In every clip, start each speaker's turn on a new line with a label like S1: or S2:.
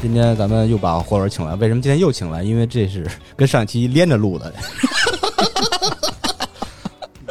S1: 今天咱们又把霍尔请来，为什么今天又请来？因为这是跟上期连着录的。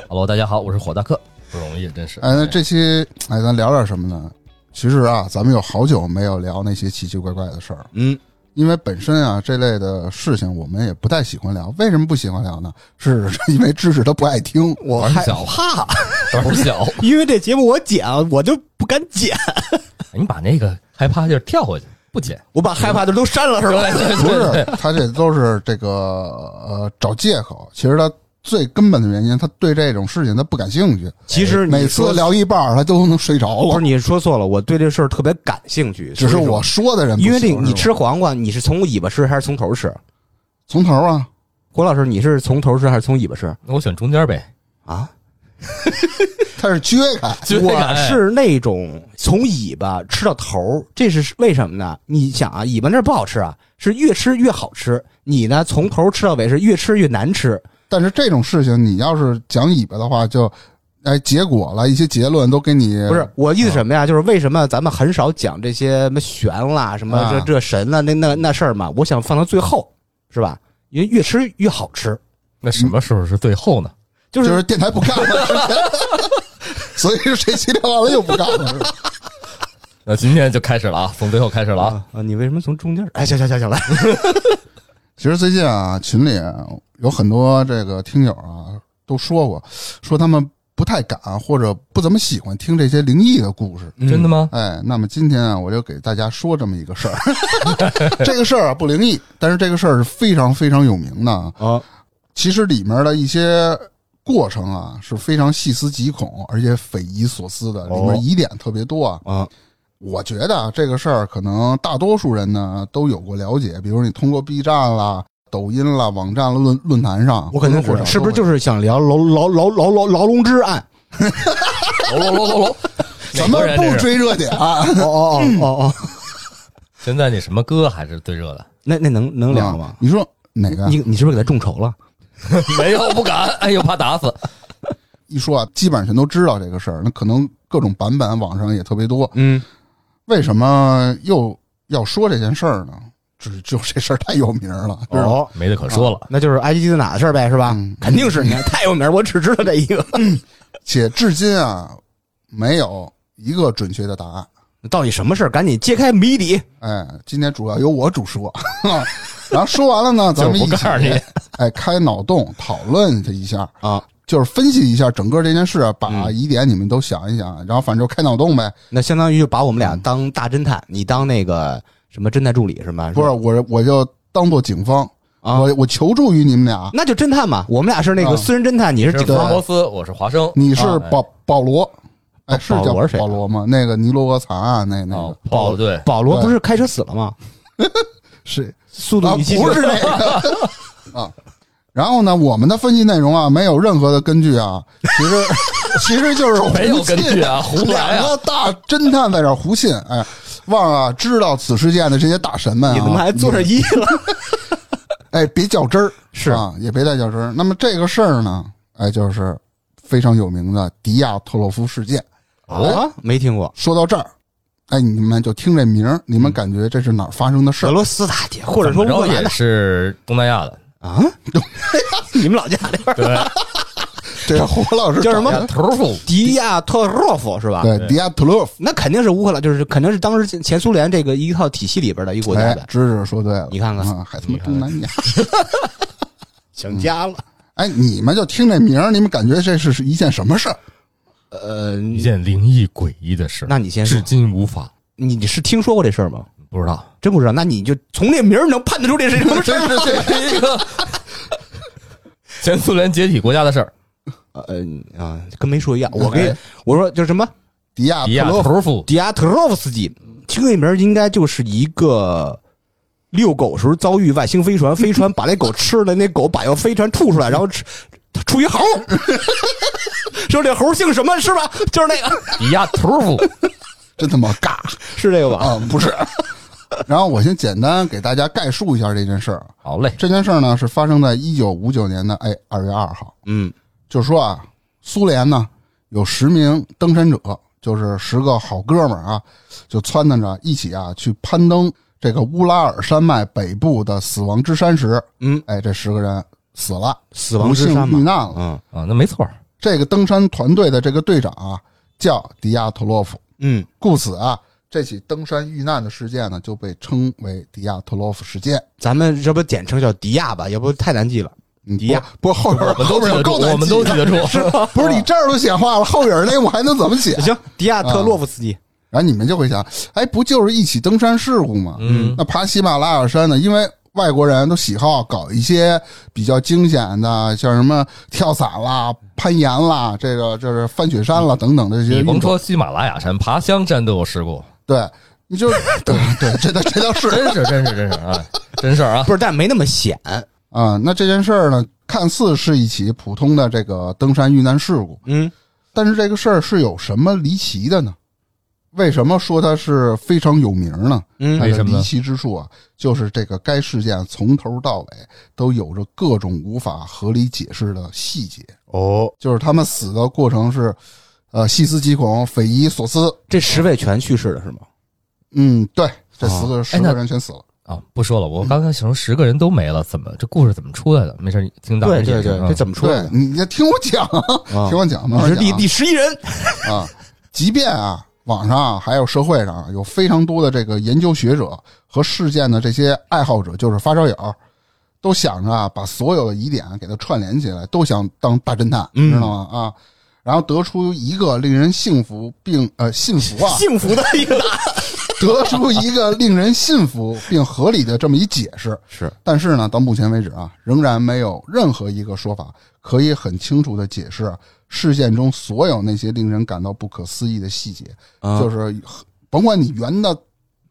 S2: Hello，大家好，我是火大克，不容易，真是。
S3: 哎，那这期哎，咱聊点什么呢？其实啊，咱们有好久没有聊那些奇奇怪怪的事儿，
S1: 嗯，
S3: 因为本身啊这类的事情我们也不太喜欢聊。为什么不喜欢聊呢？是 因为知识他不爱听。
S1: 我
S2: 胆
S1: 害
S2: 儿小
S1: 怕，
S2: 胆儿小，
S1: 因为这节目我剪，我就不敢剪，
S2: 你把那个害怕劲儿跳过去，不 剪。
S1: 我把害怕的都删了，是吧？
S3: 不是，他这都是这个呃找借口。其实他最根本的原因，他对这种事情他不感兴趣。
S1: 其实你
S3: 每
S1: 说
S3: 次，聊一半儿，他都能睡着
S1: 不
S3: 了
S1: 是。你说错了，我对这事儿特别感兴趣，
S3: 只是
S1: 所以说
S3: 我。说的人不
S1: 因为这
S3: 行
S1: 你
S3: 是吧
S1: 吃黄瓜，你是从尾巴吃还是从头吃？
S3: 从头啊，
S1: 郭老师，你是从头吃还是从尾巴吃
S2: 那我选中间呗，
S1: 啊？
S3: 他是撅开。
S2: 就 那个
S1: 我是那种从尾巴吃到头，这是为什么呢？你想啊，尾巴那儿不好吃啊，是越吃越好吃。你呢，从头吃到尾是越吃越难吃。
S3: 但是这种事情，你要是讲尾巴的话，就哎结果了一些结论都给你
S1: 不是我意思什么呀？就是为什么咱们很少讲这些什么玄啦、什么这
S3: 啊
S1: 这神啦、那那那事儿嘛？我想放到最后，是吧？因为越吃越好吃，
S2: 那什么时候是最后呢？
S1: 就
S3: 就是是电台不干 了，所以说这期聊完了又不干了。是吧
S2: 那今天就开始了啊，从最后开始了啊。
S1: 啊啊！你为什么从中间儿？哎，行行行行了，
S3: 其实最近啊，群里有很多这个听友啊都说过，说他们不太敢或者不怎么喜欢听这些灵异的故
S1: 嗯
S3: 事。
S2: 真的吗？
S3: 哎，那么今天啊，我就给大家说这么一个事儿。 这个事儿啊不灵异，但是这个事儿是非常非常有名的啊。
S1: 啊，
S3: 其实里面的一些过程啊是非常细思极恐，而且匪夷所思的，里
S1: 哦
S3: 面疑点特别多啊。
S1: 啊
S3: 我觉得啊，这个事儿可能大多数人呢都有过了解，比如你通过 B 站啦、抖音啦、网站啦论论坛上，
S1: 我肯定
S3: 或者
S1: 是，是不是就是想聊牢牢牢牢牢牢笼之案？
S2: 喽喽喽喽喽！
S3: 咱们不
S2: 美国人这是
S3: 追热点啊？
S1: 哦哦哦哦哦，
S2: 现在那什么歌还是最热 的？
S1: 那那能能聊吗
S3: 啊？ 你说哪个啊？
S1: 你你是不是给他众筹了？
S2: 没有，不敢。 哎呦，怕打死。
S3: 一说啊，基本上全都知道这个事儿，那可能各种版本网上也特别多。
S1: 嗯，
S3: 为什么又要说这件事儿呢？只就这事儿太有名了，知道吗？
S1: 哦，
S2: 没得可说
S3: 啊
S2: 了。
S1: 那就是埃及金字塔的事儿呗，是吧？
S3: 嗯
S1: 肯定是你 看太有名儿，我只知道这一个，
S3: 且至今啊，没有一个准确的答案。
S1: 到底什么事儿？赶紧揭开谜底。
S3: 哎，今天主要由我主说， 然后说完了呢，咱们一
S2: 就是
S3: 起
S2: 不告诉你
S3: 哎开脑洞讨论它一下
S1: 啊，
S3: 就是分析一下整个这件事啊，
S2: 嗯
S3: 把疑点你们都想一想，啊然后反正就开脑洞呗。
S1: 那相当于就把我们俩当大侦探，你当那个什么侦探助理是吗？
S3: 不是，
S1: 吧
S3: 我我就当做警方，
S1: 啊，
S3: 我我求助于你们俩，
S1: 那就侦探嘛，我们俩是那
S3: 啊
S1: 个私人侦探，你是
S2: 是
S1: 警
S2: 福尔
S1: 方。
S2: 摩斯，我是华生。
S3: 你是
S2: 啊
S3: 保、保罗，哎，
S1: 保
S3: 是
S1: 保
S3: 叫
S1: 罗是谁啊
S3: 保罗吗？那个尼罗河惨案那那
S2: 哦
S3: 个，
S2: 保对，
S1: 保罗不是开车死了吗？
S3: 是
S1: 速
S3: 啊，
S1: 度
S3: 不
S1: 与
S3: 是
S1: 激情
S3: 那个 啊。然后呢，我们的分析内容啊，没有任何的根据啊，其实 其实就是胡
S2: 没有根据啊
S3: 信
S2: 胡来啊
S3: 两个大侦探在这儿胡信，哎，忘了知道此事件的这些大神们啊，
S1: 你怎么还坐着一了？
S3: 哎，别较真儿，
S1: 是
S3: 啊，也别再较真儿。那么这个事儿呢，哎，就是非常有名的迪亚特洛夫事件。
S1: 啊，没听过
S3: 说到这儿，哎，你们就听这名儿，你们感觉这是哪儿发生的事
S1: 俄
S3: 儿？
S1: 罗斯大姐，或者说
S2: 怎
S1: 乌
S2: 么着
S1: 克兰
S2: 也
S1: 的
S2: 是东南亚的，
S1: 啊？ 你们老家那边儿
S2: 对，
S3: 这胡老师
S1: 叫什么
S3: 找的
S2: 头儿富
S1: 迪亚特洛夫是吧？
S3: 对，迪亚特洛夫。
S1: 那肯定是乌克兰，就是肯定是当时前前苏联这个一套体系里边的一个国家
S3: 哎
S1: 呗，，
S3: 知识说对了，
S1: 你看看
S3: 啊，还他妈东南亚。
S1: 想家了。
S3: 哎，你们就听这名儿，你们感觉这是是一件什么事儿？
S1: 呃，
S2: 一件灵异诡异的事，
S1: 那你先说
S2: 至，今无法
S1: 你你是听说过这事儿吗？
S2: 不知道。
S1: 真不知道，那你就从这名儿能判断出这是什 么事儿？
S2: 这是一个前苏联解体国家的事儿。
S1: 呃啊，跟没说一样。我
S3: 哎
S1: 跟我说就是什么
S3: 迪亚
S2: 迪
S3: 特
S2: 亚
S3: 洛夫
S2: 图夫
S1: 迪亚特洛夫斯基，听这名儿应该就是一个遛狗时候遭遇外星飞船，飞船把那狗吃了，那狗把要飞船吐出 来，然后吃出一猴， 说这猴姓什么是吧？就是那 个，
S2: 抵押屠夫，
S3: 真他妈 尬
S1: 是这个吧？
S3: 啊！不是。然后我先简单给大家概述一下这件事儿。
S2: 好嘞，
S3: 这件事儿呢是发生在一九五九年的哎二月二号，
S1: 嗯
S3: 就是说啊，苏联呢有十名登山者，就是十个好哥们儿啊，就撺掇着一起啊去攀登这个乌拉尔山脉北部的死亡之山时，
S1: 嗯，
S3: 哎，这十个人死了，
S1: 死亡之山
S3: 不幸遇
S1: 嘛，
S3: 难了。
S1: 嗯
S2: 啊，那没错儿，
S3: 这个登山团队的这个队长啊叫迪亚托洛夫，
S1: 嗯
S3: 故此啊，这起登山遇难的事件呢就被称为迪亚托洛夫事件。
S1: 咱们这不简称叫迪亚吧？要不太难记了。
S3: 嗯
S1: 迪亚，
S3: 不不后边
S2: 我们
S3: 后
S2: 都记
S3: 边有
S2: 得住，
S3: 够难
S2: 我们都
S3: 记
S2: 记
S3: 的
S2: 得住，
S3: 不是你这儿都写话了，后边儿那我还能怎么写？啊
S1: 行，迪亚特洛夫斯基，
S3: 然后你们就会想，哎，不就是一起登山事故吗？
S2: 嗯，
S3: 那爬喜马拉雅山呢？因为外国人都喜好搞一些比较惊险的，像什么跳伞啦、攀岩啦，这个就是翻雪山啦等等这些
S2: 你
S3: 运
S2: 甭
S3: 动。
S2: 说喜马拉雅山，爬香山都有事故，
S3: 对，你就对对，这倒这倒是
S2: 真是真是真是啊，真事儿啊，
S1: 不是，但没那么显。
S3: 啊、那这件事儿呢，看似是一起普通的这个登山遇难事故，
S1: 嗯
S3: 但是这个事儿是有什么离奇的呢？为什么说它是非常有名呢？它
S1: 嗯
S2: 为
S3: 的
S2: 什么呢
S3: 离奇之处啊，就是这个该事件从头到尾都有着各种无法合理解释的细节，
S1: 哦，
S3: 就是他们死的过程是，呃，细思极恐、匪夷所思。
S1: 这十位全去世了是吗？
S3: 嗯，对，这四个、
S2: 哎
S3: 十
S2: 那
S3: 个人全死了。
S2: 啊，不说了，我刚才形容十个人都没了，怎么这故事怎么出来的？没事，你听大明解
S1: 对
S2: 释
S1: 对，
S2: 啊
S1: 这怎么出来
S3: 对
S1: 的，？
S3: 你你听我讲啊，
S1: 啊
S2: 哦
S3: 听我讲，慢
S1: 你
S3: 慢
S1: 是
S3: 讲
S1: 第
S3: 啊
S1: 第十一人，
S3: 啊，即便啊，网上啊还有社会上啊有非常多的这个研究学者和事件的这些爱好者，就是发烧友，都想着啊把所有的疑点给它串联起来，都想当大侦探，
S1: 嗯，
S3: 知道吗？啊，然后得出一个令人信服并呃信服啊
S1: 幸福的一个答案
S3: 得出一个令人信服并合理的这么一解释。
S1: 是
S3: 但 是呢，到目前为止啊，仍然没有任何一个说法可以很清楚的解释事件中所有那些令人感到不可思议的细节。
S1: 啊
S3: 就是甭管你圆的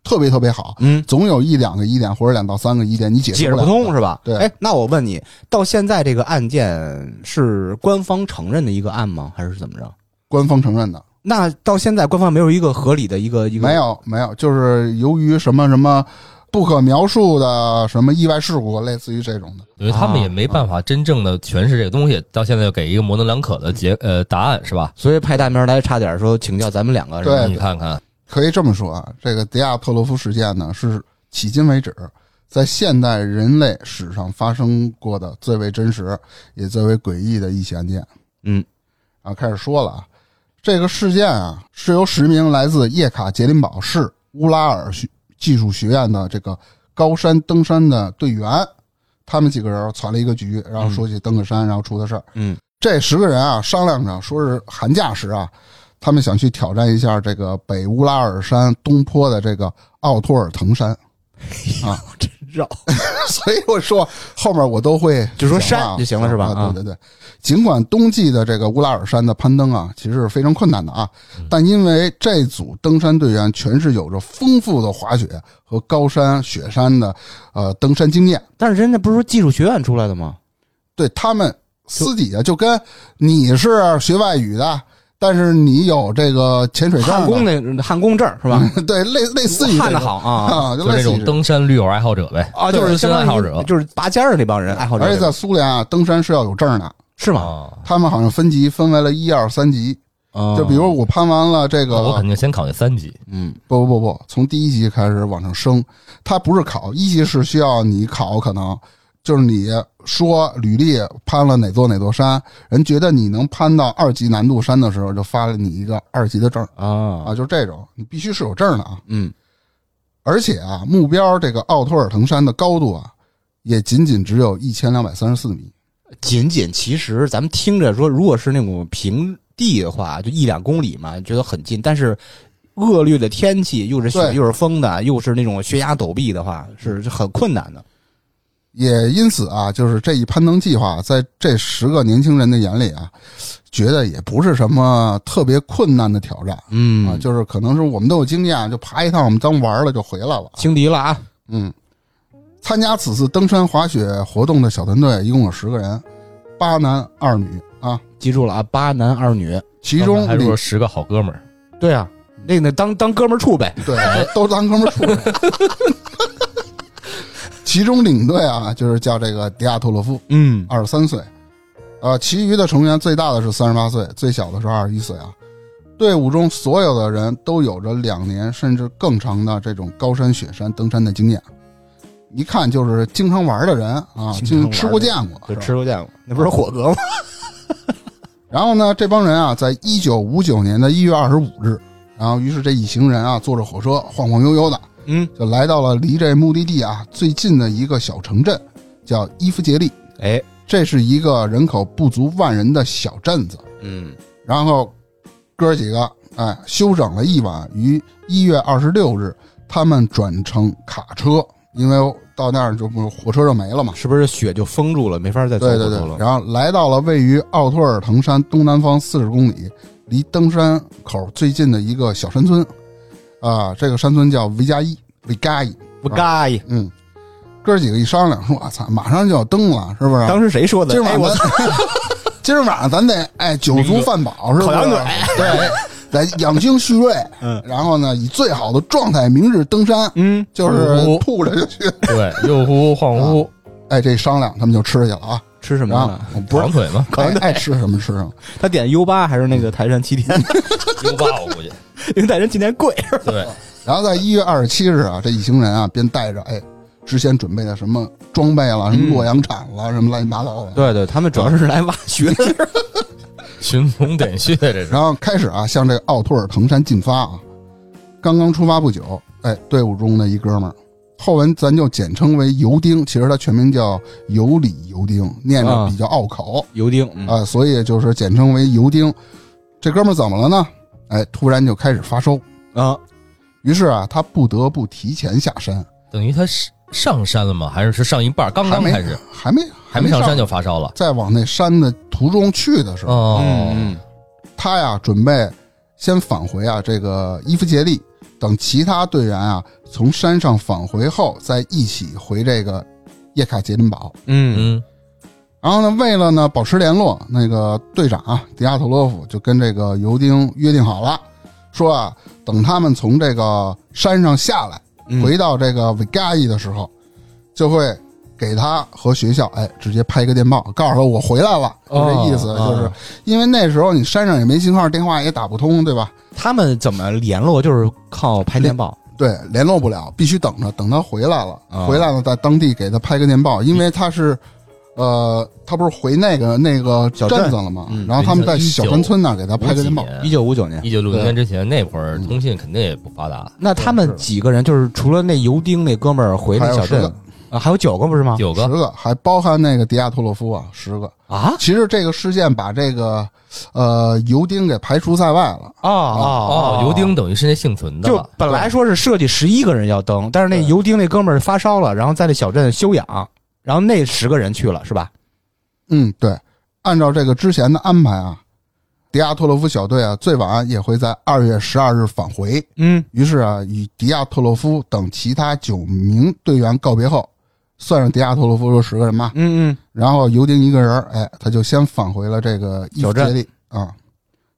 S3: 特别特别好，
S1: 嗯，
S3: 总有一两个疑点或者两到三个疑点你解释
S1: 解释
S3: 不
S1: 不
S3: 了
S1: 通是吧？
S3: 对
S1: 哎，那我问你，到现在这个案件是官方承认的一个案吗？还是怎么着？
S3: 官方承认的
S1: 那到现在官方没有一个合理的一个一个
S3: 没有没有，就是由于什么什么不可描述的什么意外事故，类似于这种的。
S2: 因为他们也没办法真正的诠释这个东西，到现在给一个模棱两可的结呃答案是吧？
S1: 所以派大明来差点说请教咱们两个是吧
S3: 对
S2: 你看看，
S3: 可以这么说啊，这个迪亚特洛夫事件呢，是迄今为止在现代人类史上发生过的最为真实也最为诡异的一起案件。
S1: 嗯，
S3: 啊，开始说了啊，这个事件啊是由十名来自叶卡捷琳堡市乌拉尔学技术学院的这个高山登山的队员，他们几个人攒了一个局，然后说去登个山，然后出的事儿。
S1: 嗯，
S3: 这十个人啊商量着，说是寒假时啊，他们想去挑战一下这个北乌拉尔山东坡的这个奥托尔腾山，
S1: 真 绕，
S3: 所以我说后面我都会
S1: 就说
S3: 讲啊
S1: 山就行了是吧
S3: 啊
S1: 啊
S3: 对对对，尽管冬季的这个乌拉尔山的攀登啊，其实是非常困难的啊，
S1: 嗯
S3: 但因为这组登山队员全是有着丰富的滑雪和高山雪山的呃登山经验，
S1: 但是人家不是说技术学院出来的吗？
S3: 对他们私底下就跟你是学外语的，但是你有这个潜水证
S1: 焊工
S3: 的，
S1: 那焊工证是吧？
S3: 对，类类似于这
S1: 焊的
S3: 个
S1: 好 啊
S3: 啊，就
S2: 就是
S3: 类
S2: 那
S3: 似于
S2: 种
S3: 这
S2: 登山驴友爱好者呗。
S1: 啊，
S2: 对
S1: 就是相当于
S2: 爱好者
S1: 就是拔尖儿的那帮人爱好者
S3: 而且在苏联啊，登山是要有证的，
S1: 是吗？
S2: 啊，
S3: 他们好像分级分为了一二三级。就比如我攀完了这个，
S2: 我肯定先哦考那三级，
S1: 嗯
S3: 不不不不，从第一级开始往上升，它不是考，一级是需要你考，可能就是你说履历攀了哪座哪座山，人觉得你能攀到二级难度山的时候，就发了你一个二级的证
S1: 啊
S2: 哦
S3: 啊，就是这种，你必须是有证的啊。
S1: 嗯
S3: 而且啊，目标这个奥托尔腾山的高度啊，也仅仅只有一千两百三十四米。
S1: 啊仅仅其实咱们听着说，如果是那种平地的话，就一两公里嘛，觉得很近。但是恶劣的天气，又是雪
S3: 对嗯
S1: 又是风的，又是那种悬崖陡壁的话，是是很困难的。
S3: 也因此啊，就是这一攀登计划，在这十个年轻人的眼里啊，觉得也不是什么特别困难的挑战啊，
S1: 嗯，
S3: 就是可能是我们都有经验，就爬一趟我们当玩儿了就回来了。
S1: 轻敌了啊！
S3: 嗯，参加此次登山滑雪活动的小团队一共有十个人，八男二女啊，
S1: 记住了啊，八男二女。
S3: 其中
S2: 还是
S3: 李
S2: 说十个好哥们儿，
S1: 对啊，那那当当哥们儿处呗。
S3: 对都都当哥们儿处。其中领队啊，就是叫这个迪亚托洛夫，
S1: 嗯，
S3: 二十三岁，呃，其余的成员最大的是三十八岁，最小的是二十一岁啊。队伍中所有的人都有着两年甚至更长的这种高山雪山登山的经验，一看就是经常玩的人啊，就
S1: 经常玩
S3: 吃过
S1: 的
S3: 见过，
S1: 就是
S3: 吧
S1: 吃过见过，那不是火哥吗？
S3: 然后呢，这帮人啊，在一九五九年的一月二十五日，然后于是这一行人啊，坐着火车晃晃悠悠的，
S1: 嗯，
S3: 就来到了离这目的地啊最近的一个小城镇，叫伊夫杰利。
S1: 哎，
S3: 这是一个人口不足万人的小镇子。
S1: 嗯，
S3: 然后哥几个哎休整了一晚，于一月二十六日，他们转乘卡车，因为到那儿就不火车就没了嘛。
S1: 是不是雪就封住了，没法再走
S3: 对
S1: 火
S3: 对
S1: 车
S3: 对，
S1: 了？
S3: 然后来到了位于奥托尔腾山东南方四十公里，离登山口最近的一个小山村，啊，这个山村叫维加伊维加伊，
S1: 不该，
S3: 嗯，哥几个一商量说， 我操，马上就要登了，是不是？
S1: 当时谁说的？
S3: 今儿
S1: 哎
S3: 晚
S1: 我
S3: 上咱， 今儿晚上咱得哎酒足饭饱，是不
S1: 烤
S3: 是？
S1: 羊腿
S3: 对，得养精蓄锐，
S1: 嗯
S3: 然后呢，以最好的状态明日登山，
S1: 嗯，
S3: 就是吐着就去。
S2: 对，又呼 晃呼，
S1: 啊
S3: 哎，这商量他们就吃去了啊，
S1: 吃什么
S3: 然后
S1: 呢？
S3: 我不是
S2: 长腿嘛，
S3: 爱爱吃什么吃什么。
S1: 他点 U 八还是那个泰山七 天？
S2: 优巴我估计，
S1: 因为泰山七天贵。
S2: 对，
S3: 然后在一月二十七日啊，这一行人啊便带着哎之前准备的什么装备了，
S1: 嗯
S3: 什么洛阳铲了，什么乱七八糟的，
S1: 对对，他们主要是来挖雪。
S2: 寻龙点穴这是，
S3: 然后开始啊向这个奥托尔腾山进发啊。刚刚出发不久，哎，队伍中的一哥们儿，后文咱就简称为尤丁，其实他全名叫尤里尤丁，念着比较拗口
S1: 油丁，
S2: 嗯
S3: 啊、所以就是简称为尤丁。这哥们儿怎么了呢？哎，突然就开始发烧，
S1: 啊，
S3: 于是啊，他不得不提前下山，
S2: 等于他是上山了吗？还是是上一半，刚
S3: 还
S2: 刚
S3: 没
S2: 开始，
S3: 还没
S2: 还没
S3: 上
S2: 上山就发烧了？
S3: 在往那山的途中去的时候，
S2: 哦，
S1: 嗯嗯，
S3: 他呀准备先返回啊这个伊夫杰利，等其他队员啊从山上返回后，再一起回这个叶卡捷琳堡。
S1: 嗯，
S2: 嗯，
S3: 然后呢，为了呢保持联络，那个队长啊迪亚特洛夫就跟这个尤丁约定好了，说啊等他们从这个山上下来，
S1: 嗯
S3: 回到这个维加伊的时候，就会。给他和学校，哎，直接拍个电报，告诉他我回来了，就这意思，
S1: 哦
S3: 就是、
S1: 哦
S3: 因为那时候你山上也没信号，电话也打不通，对吧？
S1: 他们怎么联络？就是靠拍电报。
S3: 对，联络不了，必须等着，等他回来了，
S1: 啊嗯
S3: 回来了，在当地给他拍个电报，因为他是，呃，他不是回那个那个
S1: 小
S3: 镇
S1: 镇
S3: 子了吗？
S1: 嗯
S3: 然后他们在小山村那儿给他
S1: 啊
S3: 拍个电报，
S1: 一九五九年，
S2: 一九六零年之前那会儿通信肯定也不发达，
S1: 那他们几个人就是除了那油丁那哥们儿回那小
S3: 还有
S1: 镇
S3: 十
S1: 啊，还有九个不是吗？
S2: 九
S3: 十
S2: 个
S3: 个，还包含那个迪亚托洛夫啊，十个。
S1: 啊
S3: 其实这个事件把这个呃尤丁给排除在外了，
S1: 啊啊
S2: 哦，油丁等于是那幸存的
S1: 就
S2: 了，
S1: 本来说是设计十一个人要登，但是那
S3: 对
S1: 油丁那哥们儿发烧了，然后在那小镇休养，然后那十个人去了是吧？
S3: 嗯，对，按照这个之前的安排啊，迪亚托洛夫小队啊，最晚也会在二月十二日返回。
S1: 嗯，
S3: 于是啊，与迪亚特洛夫等其他九名队员告别后，算上迪亚特洛夫说十个人嘛，
S1: 嗯
S3: 然后尤丁一个人，哎，他就先返回了这个伊夫杰利啊。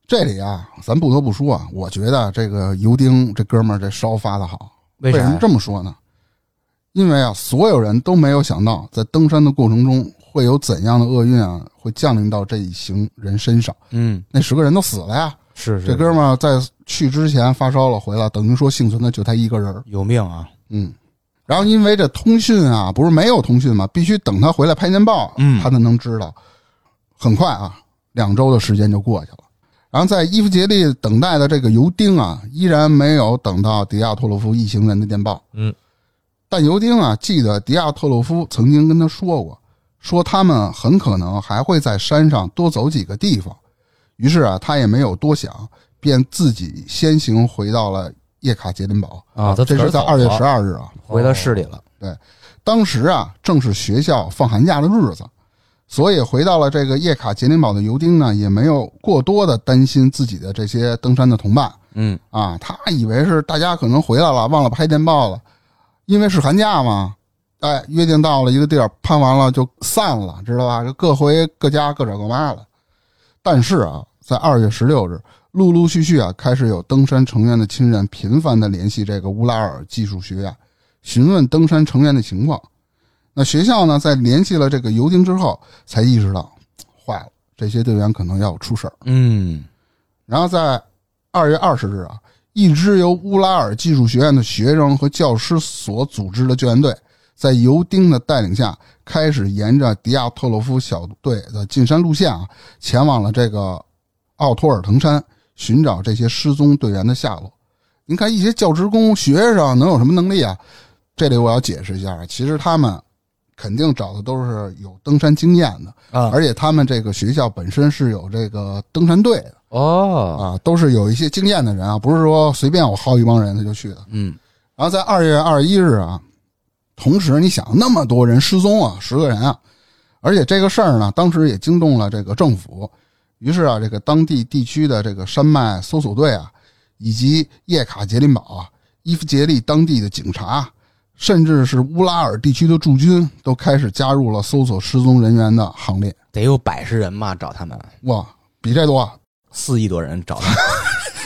S3: 这里啊，咱不得不说啊，我觉得这个尤丁这哥们儿这烧发的好。
S1: 为啥呀
S3: 什么这么说呢？因为啊，所有人都没有想到，在登山的过程中会有怎样的厄运啊，会降临到这一行人身上。
S1: 嗯，
S3: 那十个人都死了呀。
S1: 是
S3: 这哥们儿在去之前发烧了，回来等于说幸存的就他一个人儿。
S1: 有命啊！
S3: 嗯，然后因为这通讯啊，不是没有通讯嘛，必须等他回来拍电报，
S1: 嗯
S3: 他才能知道。很快啊，两周的时间就过去了。然后在伊夫杰利等待的这个尤丁啊，依然没有等到迪亚特洛夫一行人的电报。
S2: 嗯，
S3: 但尤丁啊，记得迪亚特洛夫曾经跟他说过，说他们很可能还会在山上多走几个地方。于是啊，他也没有多想，便自己先行回到了叶卡捷琳堡。
S2: 啊，他
S3: 这是在二月十二日啊。
S1: 回到市里了，
S3: 当时啊，正是学校放寒假的日子，所以回到了这个叶卡捷琳堡的尤丁呢，也没有过多的担心自己的这些登山的同伴
S1: 嗯
S3: 啊，他以为是大家可能回来了，忘了拍电报了，因为是寒假嘛，哎，约定到了一个地儿，攀完了就散了，知道吧？就各回各家，各找各妈了。但是啊，在二月十六日，陆陆续续啊，开始有登山成员的亲人频繁的联系这个乌拉尔技术学院，询问登山成员的情况。那学校呢，在联系了这个尤金之后，才意识到，坏了，这些队员可能要出事儿。
S1: 嗯
S3: 然后在二月二十日啊，一支由乌拉尔技术学院的学生和教师所组织的救援队，在尤丁的带领下，开始沿着迪亚特洛夫小队的进山路线啊，前往了这个奥托尔腾山，寻找这些失踪队员的下落。您看，一些教职工、学生能有什么能力啊？这里我要解释一下，其实他们肯定找的都是有登山经验的，
S1: 啊
S3: 而且他们这个学校本身是有这个登山队的。
S1: 哦
S3: 啊，都是有一些经验的人啊，不是说随便我薅一帮人他就去的。
S1: 嗯
S3: 然后在二月二十一日啊，同时你想那么多人失踪啊，十个人啊，而且这个事儿呢，当时也惊动了这个政府，于是啊，这个当地地区的这个山脉搜索队啊，以及叶卡捷琳堡啊、伊夫杰利当地的警察，甚至是乌拉尔地区的驻军，都开始加入了搜索失踪人员的行列。
S1: 得有百十人嘛，找他们
S3: 哇，比这多啊！
S1: 四亿多人找他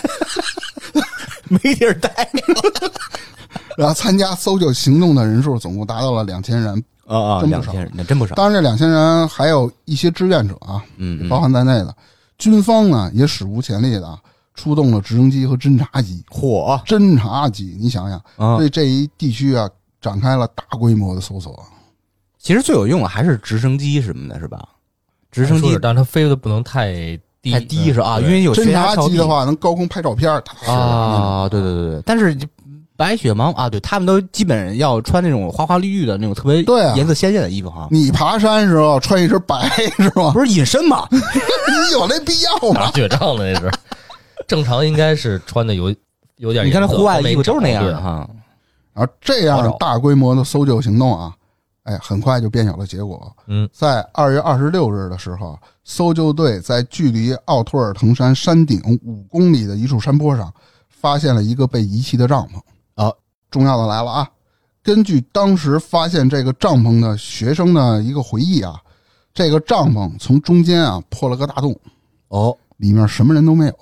S1: 们，没地儿待
S3: 然后参加搜救行动的人数总共达到了两千人，
S1: 啊啊，
S3: 真不
S1: 两
S3: 少
S1: 千人，那真不少。
S3: 当然，这两千人还有一些志愿者啊，
S1: 嗯，
S3: 包
S1: 嗯
S3: 含在内的。军方呢也史无前例的出动了直升机和侦察机，
S1: 火
S3: 侦察机，你想想，
S1: 啊！
S3: 对这一地区啊展开了大规模的搜索。
S1: 其实最有用的还是直升机什么的，是吧？直升
S2: 说
S1: 机
S2: 是但是它飞的不能太低，
S1: 太低是吧啊，
S2: 嗯
S1: 因为有悬
S3: 侦
S1: 崖
S3: 察
S1: 峭
S3: 机
S1: 壁
S3: 的话，能高空拍照片，它是嗯
S1: 啊，对对对对，但是白雪茫啊，对他们都基本要穿那种花花绿绿的那种特别
S3: 对啊
S1: 颜色鲜艳的衣服哈，
S3: 你爬山时候穿一身白 是吗？
S1: 不是隐身吗？
S3: 你有那必要
S2: 打
S3: 吗？
S2: 雪仗的那是，正常应该是穿的有有点
S1: 你看
S2: 颜色。
S1: 那户外
S2: 后面
S1: 衣
S2: 一
S1: 服
S2: 个
S1: 都是那样的
S2: 长
S1: 哈，
S3: 然后这样大规模的搜救行动啊，哎，很快就变有了结果。
S2: 嗯，
S3: 在二月二十六日的时候，搜救队在距离奥托尔腾山山顶五公里的一处山坡上，发现了一个被遗弃的帐篷。
S1: 啊，
S3: 重要的来了啊！根据当时发现这个帐篷的学生的一个回忆啊，这个帐篷从中间啊破了个大洞，
S1: 哦，
S3: 里面什么人都没有，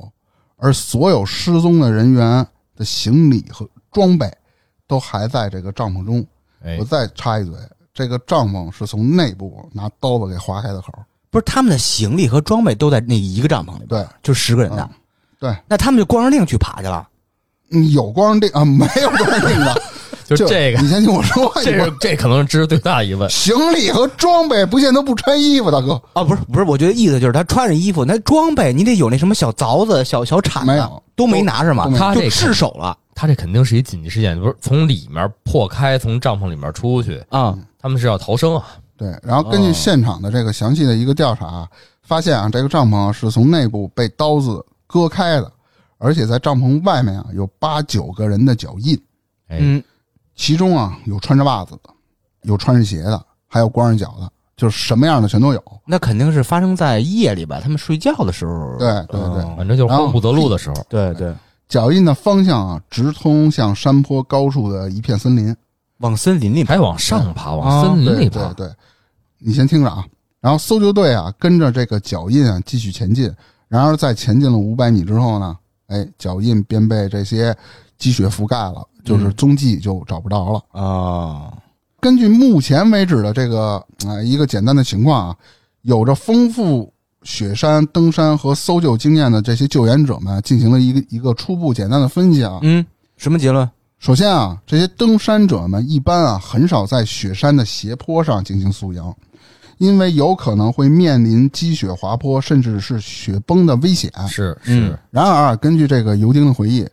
S3: 而所有失踪的人员的行李和装备都还在这个帐篷中。
S1: 哦
S2: 哎
S3: 我，再插一嘴，这个帐篷是从内部拿刀子给划开的口。
S1: 不是他们的行李和装备都在那一个帐篷里边，
S3: 对，
S1: 就十个人的
S3: 嗯，对，
S1: 那他们就光着腚去爬去了，
S3: 嗯有光腚啊，没有光腚的，
S2: 哎就这个，
S3: 你先听我说，
S2: 这
S3: 你
S2: 是这可能是知识最大疑问。
S3: 行李和装备不见得不穿衣服，大哥
S1: 啊，不是不是，我觉得意思就是他穿着衣服，那装备你得有那什么小凿子、小小铲子，
S3: 没有
S1: 都没拿是吗
S3: 都没？有
S2: 他这
S1: 就
S2: 个
S1: 赤手了
S2: 他这肯定是一紧急事件，不是从里面破开，从帐篷里面出去，
S1: 啊，
S2: 他们是要逃生啊。
S3: 对。然后根据
S1: 哦
S3: 现场的这个详细的一个调查，发现啊，这个帐篷是从内部被刀子割开的，而且在帐篷外面啊有八九个人的脚印，
S2: 哎，
S1: 嗯，
S3: 其中啊有穿着袜子的，有穿着鞋的，还有光着脚的，就是什么样的全都有。
S1: 那肯定是发生在夜里吧？他们睡觉的时候，嗯
S3: 对对对，
S2: 反正就是慌不择路的时候，
S1: 对对，
S3: 脚印的方向啊直通向山坡高处的一片森林。
S1: 往森林里爬
S2: 还往上爬，
S1: 啊
S2: 往森林
S3: 对
S2: 里
S3: 对
S2: 爬。
S3: 对，你先听着啊。然后搜救队啊，跟着这个脚印啊继续前进。然而在前进了五百米之后呢，哎，脚印便被这些积雪覆盖了，就是踪迹就找不着了。
S2: 哦
S1: 啊，
S3: 根据目前为止的这个呃一个简单的情况啊，有着丰富雪山登山和搜救经验的这些救援者们进行了一个一个初步简单的分析啊。
S1: 嗯，什么结论？
S3: 首先啊，这些登山者们一般啊很少在雪山的斜坡上进行宿营，因为有可能会面临积雪滑坡甚至是雪崩的危险。
S2: 是
S1: 嗯
S2: 是，
S3: 然而啊，根据这个尤丁的回忆，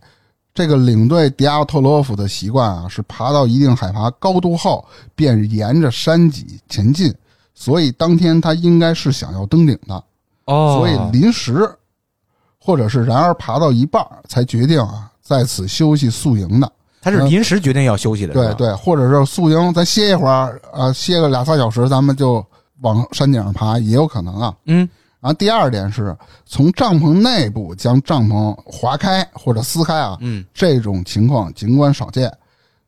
S3: 这个领队迪奥特洛夫的习惯啊是爬到一定海拔高度后便沿着山脊前进，所以当天他应该是想要登顶的。
S1: 哦
S3: 所以临时，或者是然而爬到一半儿才决定啊在此休息宿营的。
S1: 他是临时决定要休息的，
S3: 嗯
S1: 是
S3: 对
S1: 吧，
S3: 对，或者是宿营，咱歇一会儿，呃，歇个俩仨小时，咱们就往山顶上爬，也有可能啊。
S1: 嗯，
S3: 然后第二点是从帐篷内部将帐篷划开或者撕开啊，
S1: 嗯，
S3: 这种情况尽管少见，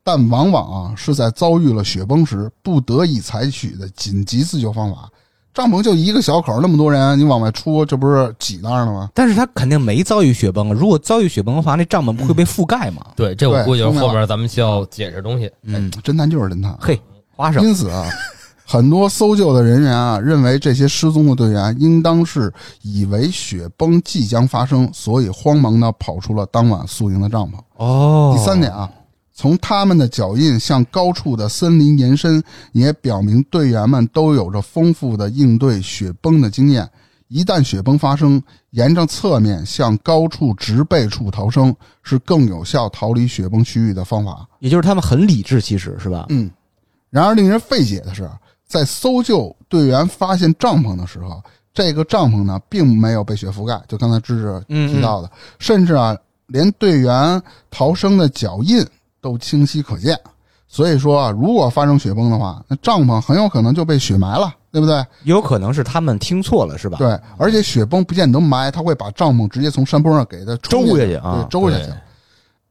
S3: 但往往啊是在遭遇了雪崩时不得已采取的紧急自救方法。帐篷就一个小口，那么多人，你往外出，这不是挤那儿了吗？
S1: 但是他肯定没遭遇雪崩啊。如果遭遇雪崩的话，那帐篷不会被覆盖吗？
S2: 对，这我
S3: 对
S2: 估计就是
S3: 明白
S2: 后
S3: 了
S2: 面咱们需要解释东西。哎
S1: 嗯，
S3: 侦探就是侦探，
S1: 嘿，花生
S3: 因此啊，很多搜救的人员啊，认为这些失踪的队员啊应当是以为雪崩即将发生，所以慌忙的跑出了当晚宿营的帐篷。
S1: 哦
S3: 第三点啊，从他们的脚印向高处的森林延伸，也表明队员们都有着丰富的应对雪崩的经验。一旦雪崩发生，沿着侧面向高处植被处逃生是更有效逃离雪崩区域的方法。
S1: 也就是他们很理智，其实是吧？
S3: 嗯，然而令人费解的是，在搜救队员发现帐篷的时候，这个帐篷呢并没有被雪覆盖，就刚才芝芝提到的，甚至啊，连队员逃生的脚印都清晰可见。所以说啊，如果发生雪崩的话，那帐篷很有可能就被雪埋了，对不对？
S1: 也有可能是他们听错了，是吧？，
S3: 对，而且雪崩不见得埋，它会把帐篷直接从山坡上给它冲
S1: 周
S3: 下
S1: 下去啊
S3: 对，周下去
S2: 对。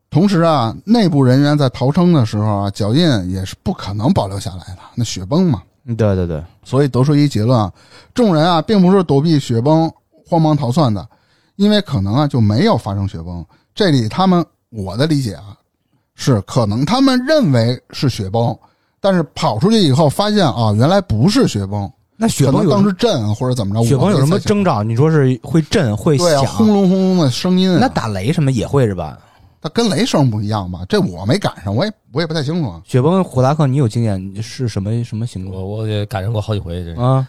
S3: 同时啊，内部人员在逃生的时候啊，脚印也是不可能保留下来的，那雪崩嘛。
S1: 嗯对对对，
S3: 所以得出一结论啊，众人啊并不是躲避雪崩慌忙逃窜的，因为可能啊就没有发生雪崩。这里他们我的理解啊是可能他们认为是雪崩，但是跑出去以后发现啊原来不是雪崩，
S1: 那雪
S3: 可
S1: 崩
S3: 能
S1: 有
S3: 当时震啊或者怎么着，
S1: 雪崩有什么
S3: 我可以猜想
S1: 征兆？你说是会震会
S3: 对啊，
S1: 响，
S3: 轰隆轰隆的声音啊、
S1: 那打雷什么也会是吧？
S3: 它跟雷声不一样吧？这我没赶上，我也我也不太清楚啊。
S1: 雪崩胡达克，你有经验你是什么什么形状
S2: 我我也赶上过好几回，这是
S1: 啊？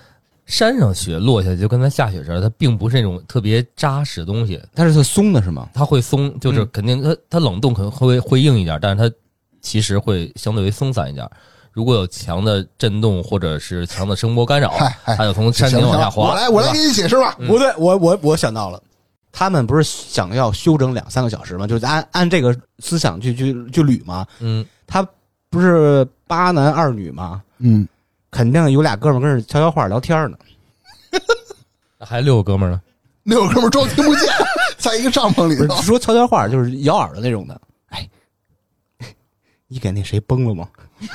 S2: 山上雪落下去就跟咱下雪似的，它并不是那种特别扎实的东西，
S1: 它是松的是吗？
S2: 它会松，就是
S1: 嗯
S2: 肯定它它冷冻可能会会硬一点，但是它其实会相对于松散一点。如果有强的震动或者是强的声波干扰，
S3: 嗨嗨
S2: 它就从山
S3: 行
S2: 顶
S3: 了行
S2: 往下
S3: 了
S2: 滑。
S3: 我来我来
S2: 对吧
S3: 给你解释吧。
S1: 不对，我我我想到了，他们不是想要休整两三个小时吗？就是按按这个思想去去去捋嘛。
S2: 嗯，
S1: 他不是八男二女吗？
S3: 嗯，
S1: 肯定有俩哥们儿跟着悄悄话聊天 呢。
S2: 还有六个哥们儿呢，
S3: 六个哥们儿装听不见， 在一个帐篷里
S1: 不是
S3: 头。
S1: 说悄悄话，就是咬耳朵那种的。哎， 你给那谁崩了吗？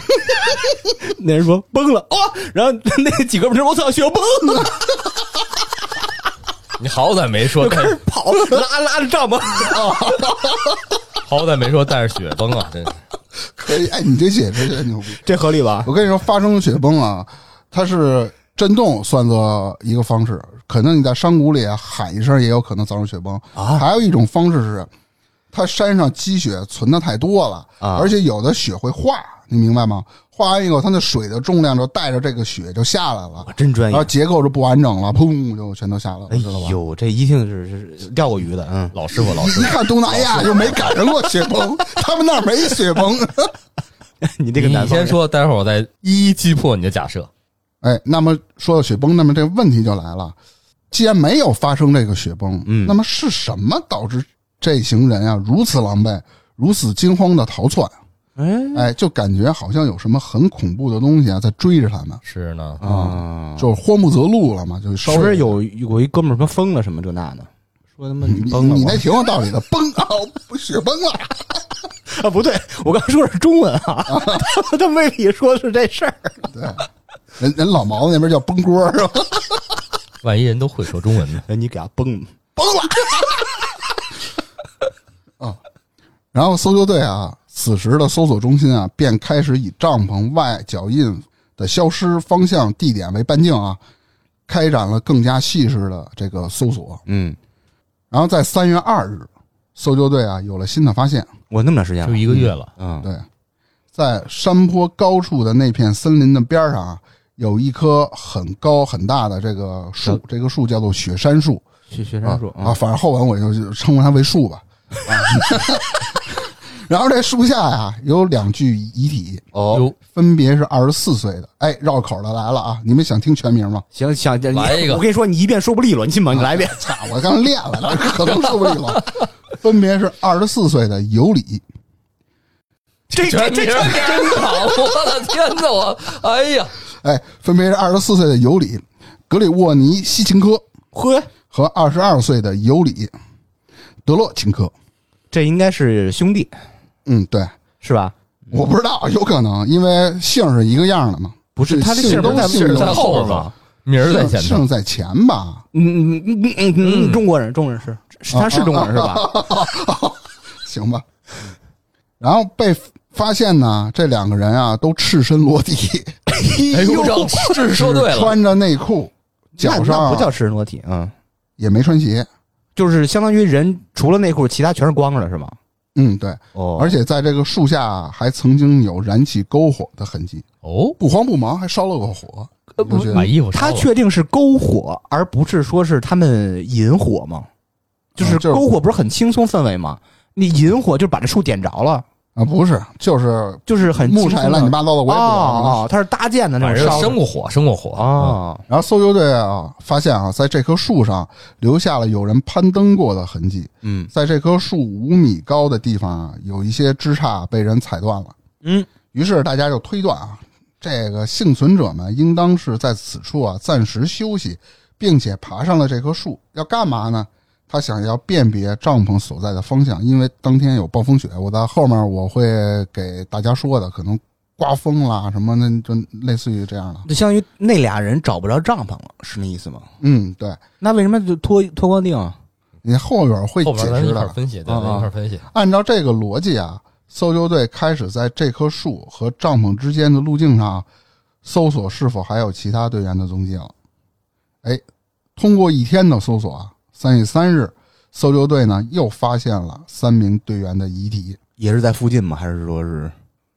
S1: 那人说崩了哦，然后那几个不是我操，雪崩了，
S2: 你好歹没说
S1: 就开始跑，拉拉着帐篷。
S2: 好歹没说带着雪崩啊，真是。
S3: 可以，哎，你这解释真牛逼。
S1: 这合理吧？
S3: 我跟你说，发生雪崩啊，它是震动算作一个方式，可能你在山谷里啊喊一声也有可能造成雪崩
S1: 啊
S3: 还有一种方式是，它山上积雪存的太多了
S1: 啊
S3: 而且有的雪会化，你明白吗？化完以后，它的水的重量就带着这个雪就下来了
S1: 我，真专
S3: 然
S1: 业
S3: 后。结构就不完整了，砰就全都下来了，
S1: 哎
S3: 啊知道吧？
S1: 呦，这一定是是钓过鱼 的，嗯，
S2: 老师傅，老师
S3: 一看东南亚就没赶上过雪崩， 他们那儿没雪崩。
S1: 你
S2: 傅，
S1: 这个南方
S2: 你先
S1: 人，
S2: 说，待会儿我再一一击破你的假设。
S3: 哎，那么说到雪崩，那么这个问题就来了：既然没有发生这个雪崩，
S1: 嗯
S3: 那么是什么导致这行人啊如此狼狈、如此惊慌的逃窜？
S1: 哎
S3: 哎，就感觉好像有什么很恐怖的东西啊在追着他们，
S2: 是呢，
S1: 啊，
S3: 就是慌不择路了嘛，就是稍微
S1: 是不是有有一哥们儿什么疯了什么这那的？说他妈
S3: 你
S1: 你崩了
S3: 你
S1: 我
S3: 那挺有道理的，崩啊，雪崩了，
S1: 啊，不对，我刚说的是中文啊，他他胃里说的是这事儿。
S3: 人人老毛子那边叫崩锅是吧？
S2: 万一人都会说中文呢？
S1: 哎，你给他崩了，
S3: 然后搜救队啊，此时的搜索中心啊，便开始以帐篷外脚印的消失方向、地点为半径啊，开展了更加细致的这个搜索。
S1: 嗯，
S3: 然后在三月二日，搜救队啊有了新的发现，
S1: 我那么长时间
S2: 就一个月了，
S1: 嗯，
S3: 对，在山坡高处的那片森林的边儿上啊，有一棵很高很大的这个树
S1: 嗯，
S3: 这个树叫做雪山树。
S1: 学学
S3: 啊
S1: 生说
S3: 啊，，反正后文我就就称呼它为树吧。 啊然后这树下呀、有两具遗体，
S1: 哦，
S2: 哟，
S3: 分别是二十四岁的。哎，绕口的来了啊！你们想听全名吗？
S1: 行，想你
S2: 来一个
S1: 我跟你说，你一遍说不利落，你信吗？你来一遍。
S3: 操，我刚练了，这可能受不了了。分别是二十四岁的尤里，
S1: 这这这这
S2: 真好！我的天哪，我哎呀，
S3: 哎，分别是二十四岁的尤里、格里沃尼西琴科
S1: 呵，
S3: 和二十二岁的尤里德洛琴科。
S1: 这应该是兄弟
S3: 嗯，对，
S1: 是吧？
S3: 我不知道，有可能因为姓是一个样的嘛，
S1: 不是他的
S3: 姓
S1: 姓
S3: 都
S1: 不在
S3: 姓
S1: 姓在
S3: 都
S1: 后边
S2: 边
S1: 吗？
S2: 吧，名儿在前头
S3: 姓。在前吧？
S1: 嗯嗯嗯嗯嗯，中国人，中国人是 是他是中国人是 吧？
S3: 行吧。然后被发现呢，这两个人啊都赤身裸体，
S2: 哎 呦，这这是说对
S3: 只
S2: 了，
S3: 穿着内裤，
S1: 那
S3: 脚上
S1: 那
S3: 啊
S1: 不叫赤身裸体啊，嗯
S3: 也没穿鞋。
S1: 就是相当于人除了内裤，其他全是光着的是吗？
S3: 嗯，对，
S1: 哦
S3: 而且在这个树下还曾经有燃起篝火的痕迹，
S2: 哦，
S3: 不慌不忙还烧了个火，我觉
S2: 把
S3: 得
S2: 衣服
S1: 他
S2: 烧了
S1: 确定是篝火，而不是说是他们引火吗？就是
S3: 啊就是
S1: 篝火不是很轻松氛围吗？你引火就把这树点着了，
S3: 啊不是，就是
S1: 就是很
S3: 木柴乱七
S1: 八
S3: 八糟的，我也不知
S1: 哦
S3: 道。啊
S1: 哦，它是搭建的那
S2: 反
S1: 种
S2: 正
S1: 烧
S2: 生过火，生过火嗯
S1: 啊，哦
S3: 然后搜救队啊，发现啊，在这棵树上留下了有人攀登过的痕迹，
S1: 嗯
S3: 在这棵树五米高的地方啊，有一些枝杈被人踩断了。
S1: 嗯，
S3: 于是大家就推断啊，这个幸存者们应当是在此处啊暂时休息，并且爬上了这棵树，要干嘛呢？他想要辨别帐篷所在的方向，因为当天有暴风雪，我在后面我会给大家说的，可能刮风啦什么的，就类似于这样的。
S1: 就相当于那俩人找不着帐篷了，是那意思吗？
S3: 嗯，对，
S1: 那为什么就脱脱光腚啊？
S3: 你后边会
S2: 后
S3: 解
S2: 边咱
S3: 释
S2: 一块
S3: 的
S2: 儿。分析，对，
S3: 啊啊
S2: 咱一块儿分析。
S3: 按照这个逻辑啊，搜救队开始在这棵树和帐篷之间的路径上搜索是否还有其他队员的踪迹了。哎，通过一天的搜索啊，三月三日，搜救队呢又发现了三名队员的遗体。
S1: 也是在附近吗？还是说是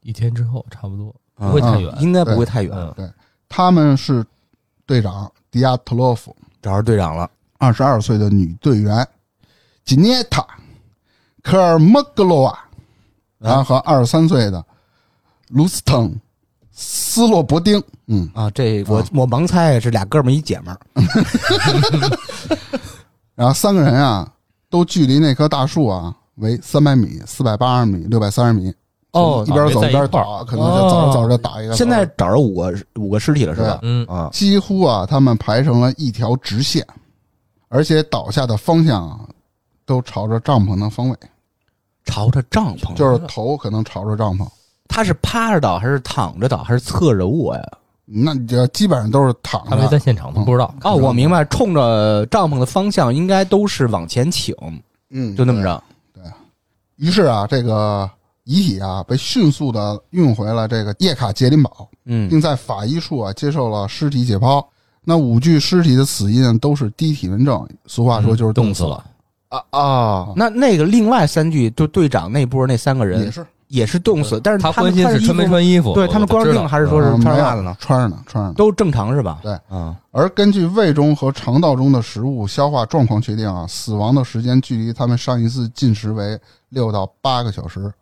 S2: 一天之后差不多，不会太远。
S1: 啊应该不
S3: 对
S1: 会太远，
S2: 嗯，
S3: 他们是队长迪亚特洛夫，
S1: 找着队长了。
S3: 二十二岁的女队员吉涅塔·科尔莫格洛
S2: 啊
S3: 娃，然后和二十三岁的卢斯滕·斯洛伯丁。嗯，
S1: 啊，这我、
S3: 啊
S1: 我盲猜是俩哥们儿一姐们儿，
S3: 然后三个人啊，都距离那棵大树啊为三百米、四百八十米、六百三十米。
S2: 哦
S3: 一边走
S2: 没在
S3: 边
S2: 一块儿哦
S3: 打，可能就走着走着打一个。
S1: 现在找着五个五个尸体了是吧？
S2: 嗯，
S1: 啊，
S3: 几乎啊，他们排成了一条直线，而且倒下的方向啊，都朝着帐篷的方位，
S1: 朝着帐
S2: 哦
S1: 篷，
S3: 就是头可能朝着帐篷。
S1: 他是趴着倒还是躺着倒还是侧着卧呀？
S3: 那你这基本上都是躺
S2: 他没在
S3: 着，
S2: 现场，他不知道。
S1: 哦，我明白，冲着帐篷的方向应该都是往前倾，
S3: 嗯，
S1: 就那么着。
S3: 对。于是啊，这个遗体啊被迅速的运回了这个叶卡捷琳堡，
S1: 嗯，
S3: 并在法医处啊接受了尸体解剖。那五具尸体的死因都是低体温症，俗话
S1: 嗯
S3: 说就是
S2: 冻
S3: 死
S2: 死。了，
S1: 啊啊，那那个另外三具就队长那波那三个
S3: 也
S1: 人
S3: 是
S1: 也是冻死，但是
S2: 他
S1: 他
S2: 关
S1: 们
S2: 心
S1: 的
S2: 是
S1: 衣
S2: 穿没
S1: 服
S2: 穿衣服，
S1: 对他们光
S2: 腚
S1: 腚还是说
S3: 嗯
S1: 是穿
S3: 没有
S1: 袜子呢？
S3: 穿着呢，穿着呢。
S1: 都正常是吧？
S3: 对
S1: 啊，
S3: 而根据胃中和肠道中的食物消化状况确定啊，死亡的时间距离他们上一次进食为六到八个小时，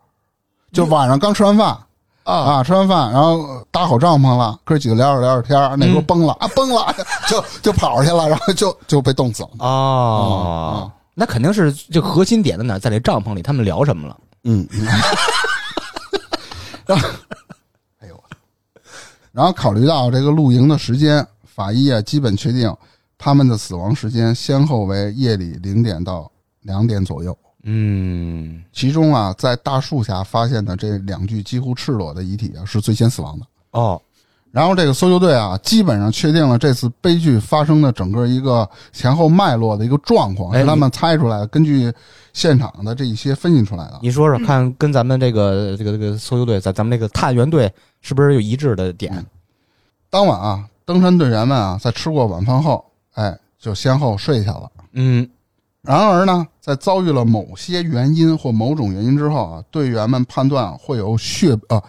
S3: 就晚上刚吃完饭。啊，吃完饭，然后呃搭好帐篷了，哥几个聊着聊着天儿，那时候崩了、啊，崩了， 就就跑去了，然后就就被冻死了。
S1: 嗯哦，那肯定是这核心点在哪儿？在这帐篷里，他们聊什么了？
S3: 嗯， 然后，哎呦，然后考虑到这个露营的时间，法医啊基本确定他们的死亡时间先后为夜里零点到两点左右。
S1: 嗯，
S3: 其中啊，在大树下发现的这两具几乎赤裸的遗体啊，是最先死亡的。
S1: 哦，
S3: 然后这个搜救队啊，基本上确定了这次悲剧发生的整个一个前后脉络的一个状况，
S1: 哎
S3: 是他们猜出来的，根据现场的这一些分析出来的。
S1: 你说说看，跟咱们这个这个这个搜救队，咱咱们这个探员队是不是有一致的点
S3: 嗯？当晚啊，登山队员们啊，在吃过晚饭后，哎，就先后睡下了。
S1: 嗯，
S3: 然而呢，在遭遇了某些原因或某种原因之后啊，队员们判断会有血啊、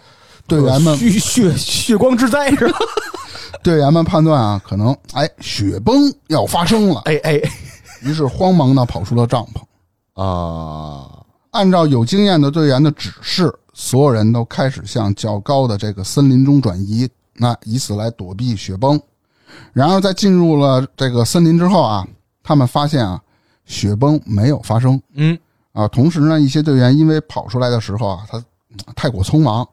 S3: 队员们
S1: 血血血光之灾是吧？
S3: 队员们判断啊，可能哎雪崩要发生了，
S1: 哎哎
S3: 于是慌忙的跑出了帐篷。
S1: 啊，
S3: 按照有经验的队员的指示，所有人都开始向较高的这个森林中转移，那以此来躲避雪崩。然而，在进入了这个森林之后啊，他们发现啊，雪崩没有发生
S1: 嗯，
S3: 啊。同时呢，一些队员因为跑出来的时候啊，他嗯太过匆忙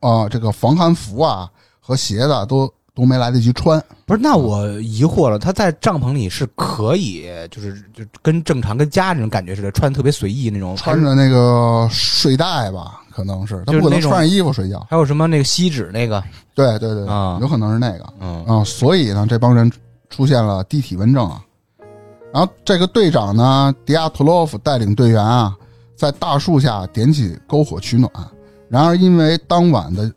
S3: 啊，这个防寒服啊和鞋子啊都都没来得及穿。
S1: 不是，那我疑惑了，他在帐篷里是可以，就是就跟正常跟家那种感觉似的，穿特别随意那种，
S3: 穿着那个睡袋吧，可能是他
S1: 就是
S3: 不可能
S1: 那种
S3: 穿着衣服睡觉。
S1: 还有什么那个锡纸那个，
S3: 对对对，
S1: 啊
S3: 有可能是那个
S1: 嗯
S3: 啊，所以呢，这帮人出现了低体温症啊。然后这个队长呢，迪亚托洛夫带领队员啊，在大树下点起篝火取暖。然而，因为当晚的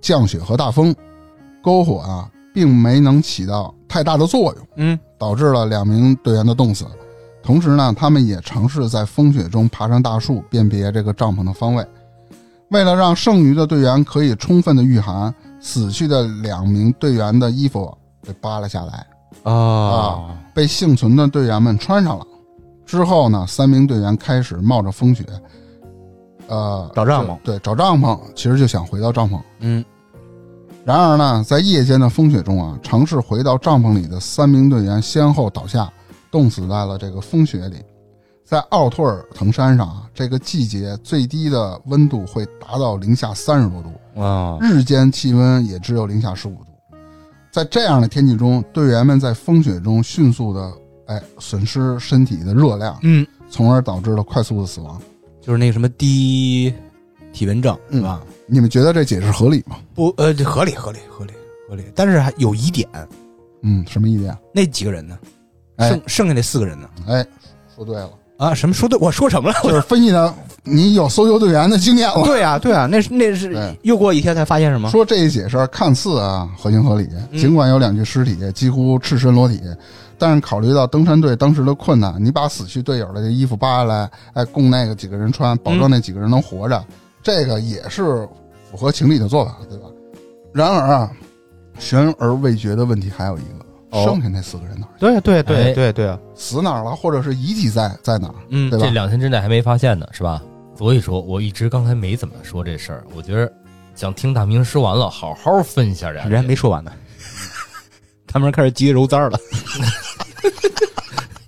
S3: 降雪和大风，篝火啊并没能起到太大的作用。
S1: 嗯，
S3: 导致了两名队员的冻死。同时呢，他们也尝试在风雪中爬上大树，辨别这个帐篷的方位。为了让剩余的队员可以充分的御寒，死去的两名队员的衣服被扒了下来，
S1: 啊
S3: 被幸存的队员们穿上了。之后呢，三名队员开始冒着风雪，呃，
S1: 找帐篷
S3: 对，找帐篷，其实就想回到帐篷。
S1: 嗯
S3: 然而呢，在夜间的风雪中啊，尝试回到帐篷里的三名队员先后倒下，冻死在了这个风雪里。在奥托尔腾山上啊，这个季节最低的温度会达到零下三十多度，
S1: 啊
S3: 日间气温也只有零下十五度。在这样的天气中，队员们在风雪中迅速的哎损失身体的热量，
S1: 嗯，
S3: 从而导致了快速的死亡。
S1: 就是那个什么低体温症
S3: 嗯
S1: 是吧？
S3: 你们觉得这解释合理吗？
S1: 不呃，这合理合理合理合理，但是还有疑点，
S3: 嗯，什么意见？
S1: 那几个人呢？
S3: 哎
S1: 剩剩下那四个人呢？
S3: 哎，说对了。
S1: 啊，什么说对？我说什么了？
S3: 就是分析呢，你有搜救队员的经验了。
S1: 对 啊，对啊，那是那
S3: 对
S1: 是又过一天才发现什么？
S3: 说这一解释看似啊合情合理，
S1: 嗯
S3: 尽管有两具尸体几乎赤身裸体，但是考虑到登山队当时的困难，你把死去队友的这衣服扒下来，哎，供那个几个人穿，保证那几个人能活着，这个也是符合情理的做法，对吧？然而啊，悬而未决的问题还有一个，
S1: 哦
S3: 剩下那四个人哪儿？
S1: 对对
S2: 哎
S1: 对对啊，
S3: 死哪儿了，或者是遗体在在哪儿？
S1: 嗯
S3: 对吧
S2: 这两天之内还没发现呢，是吧？所以说，我一直刚才没怎么说这事儿，我觉得想听大明说完了，好好分析下这。
S1: 人还没说完呢， 他们开始急揉簪了。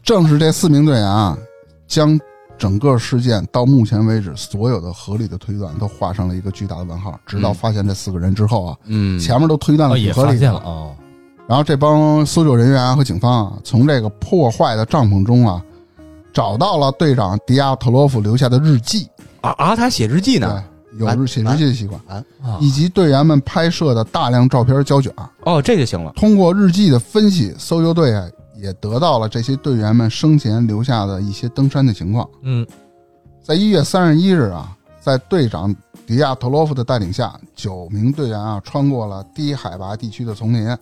S3: 正是这四名队员啊，将整个事件到目前为止所有的合理的推断都画上了一个巨大的问号。直到发现这四个人之后啊，
S1: 嗯
S3: 前面都推断
S2: 嗯哦
S3: 的
S2: 也
S3: 挺合
S2: 发
S3: 理的。
S2: 现了哦，
S3: 然后这帮搜救人员啊和警方啊，从这个破坏的帐篷中啊，找到了队长迪亚特洛夫留下的日记，
S1: 啊啊，他写日记
S3: 对
S1: 呢。，
S3: 有日写日记的习惯，
S2: 啊
S3: 以及队员们拍摄的大量照片胶卷。
S1: 哦，这就行了。
S3: 通过日记的分析，搜救队啊也得到了这些队员们生前留下的一些登山的情况。
S2: 嗯，
S3: 在一月三十一日啊，在队长迪亚托洛夫的带领下，九名队员啊穿过了低海拔地区的丛林，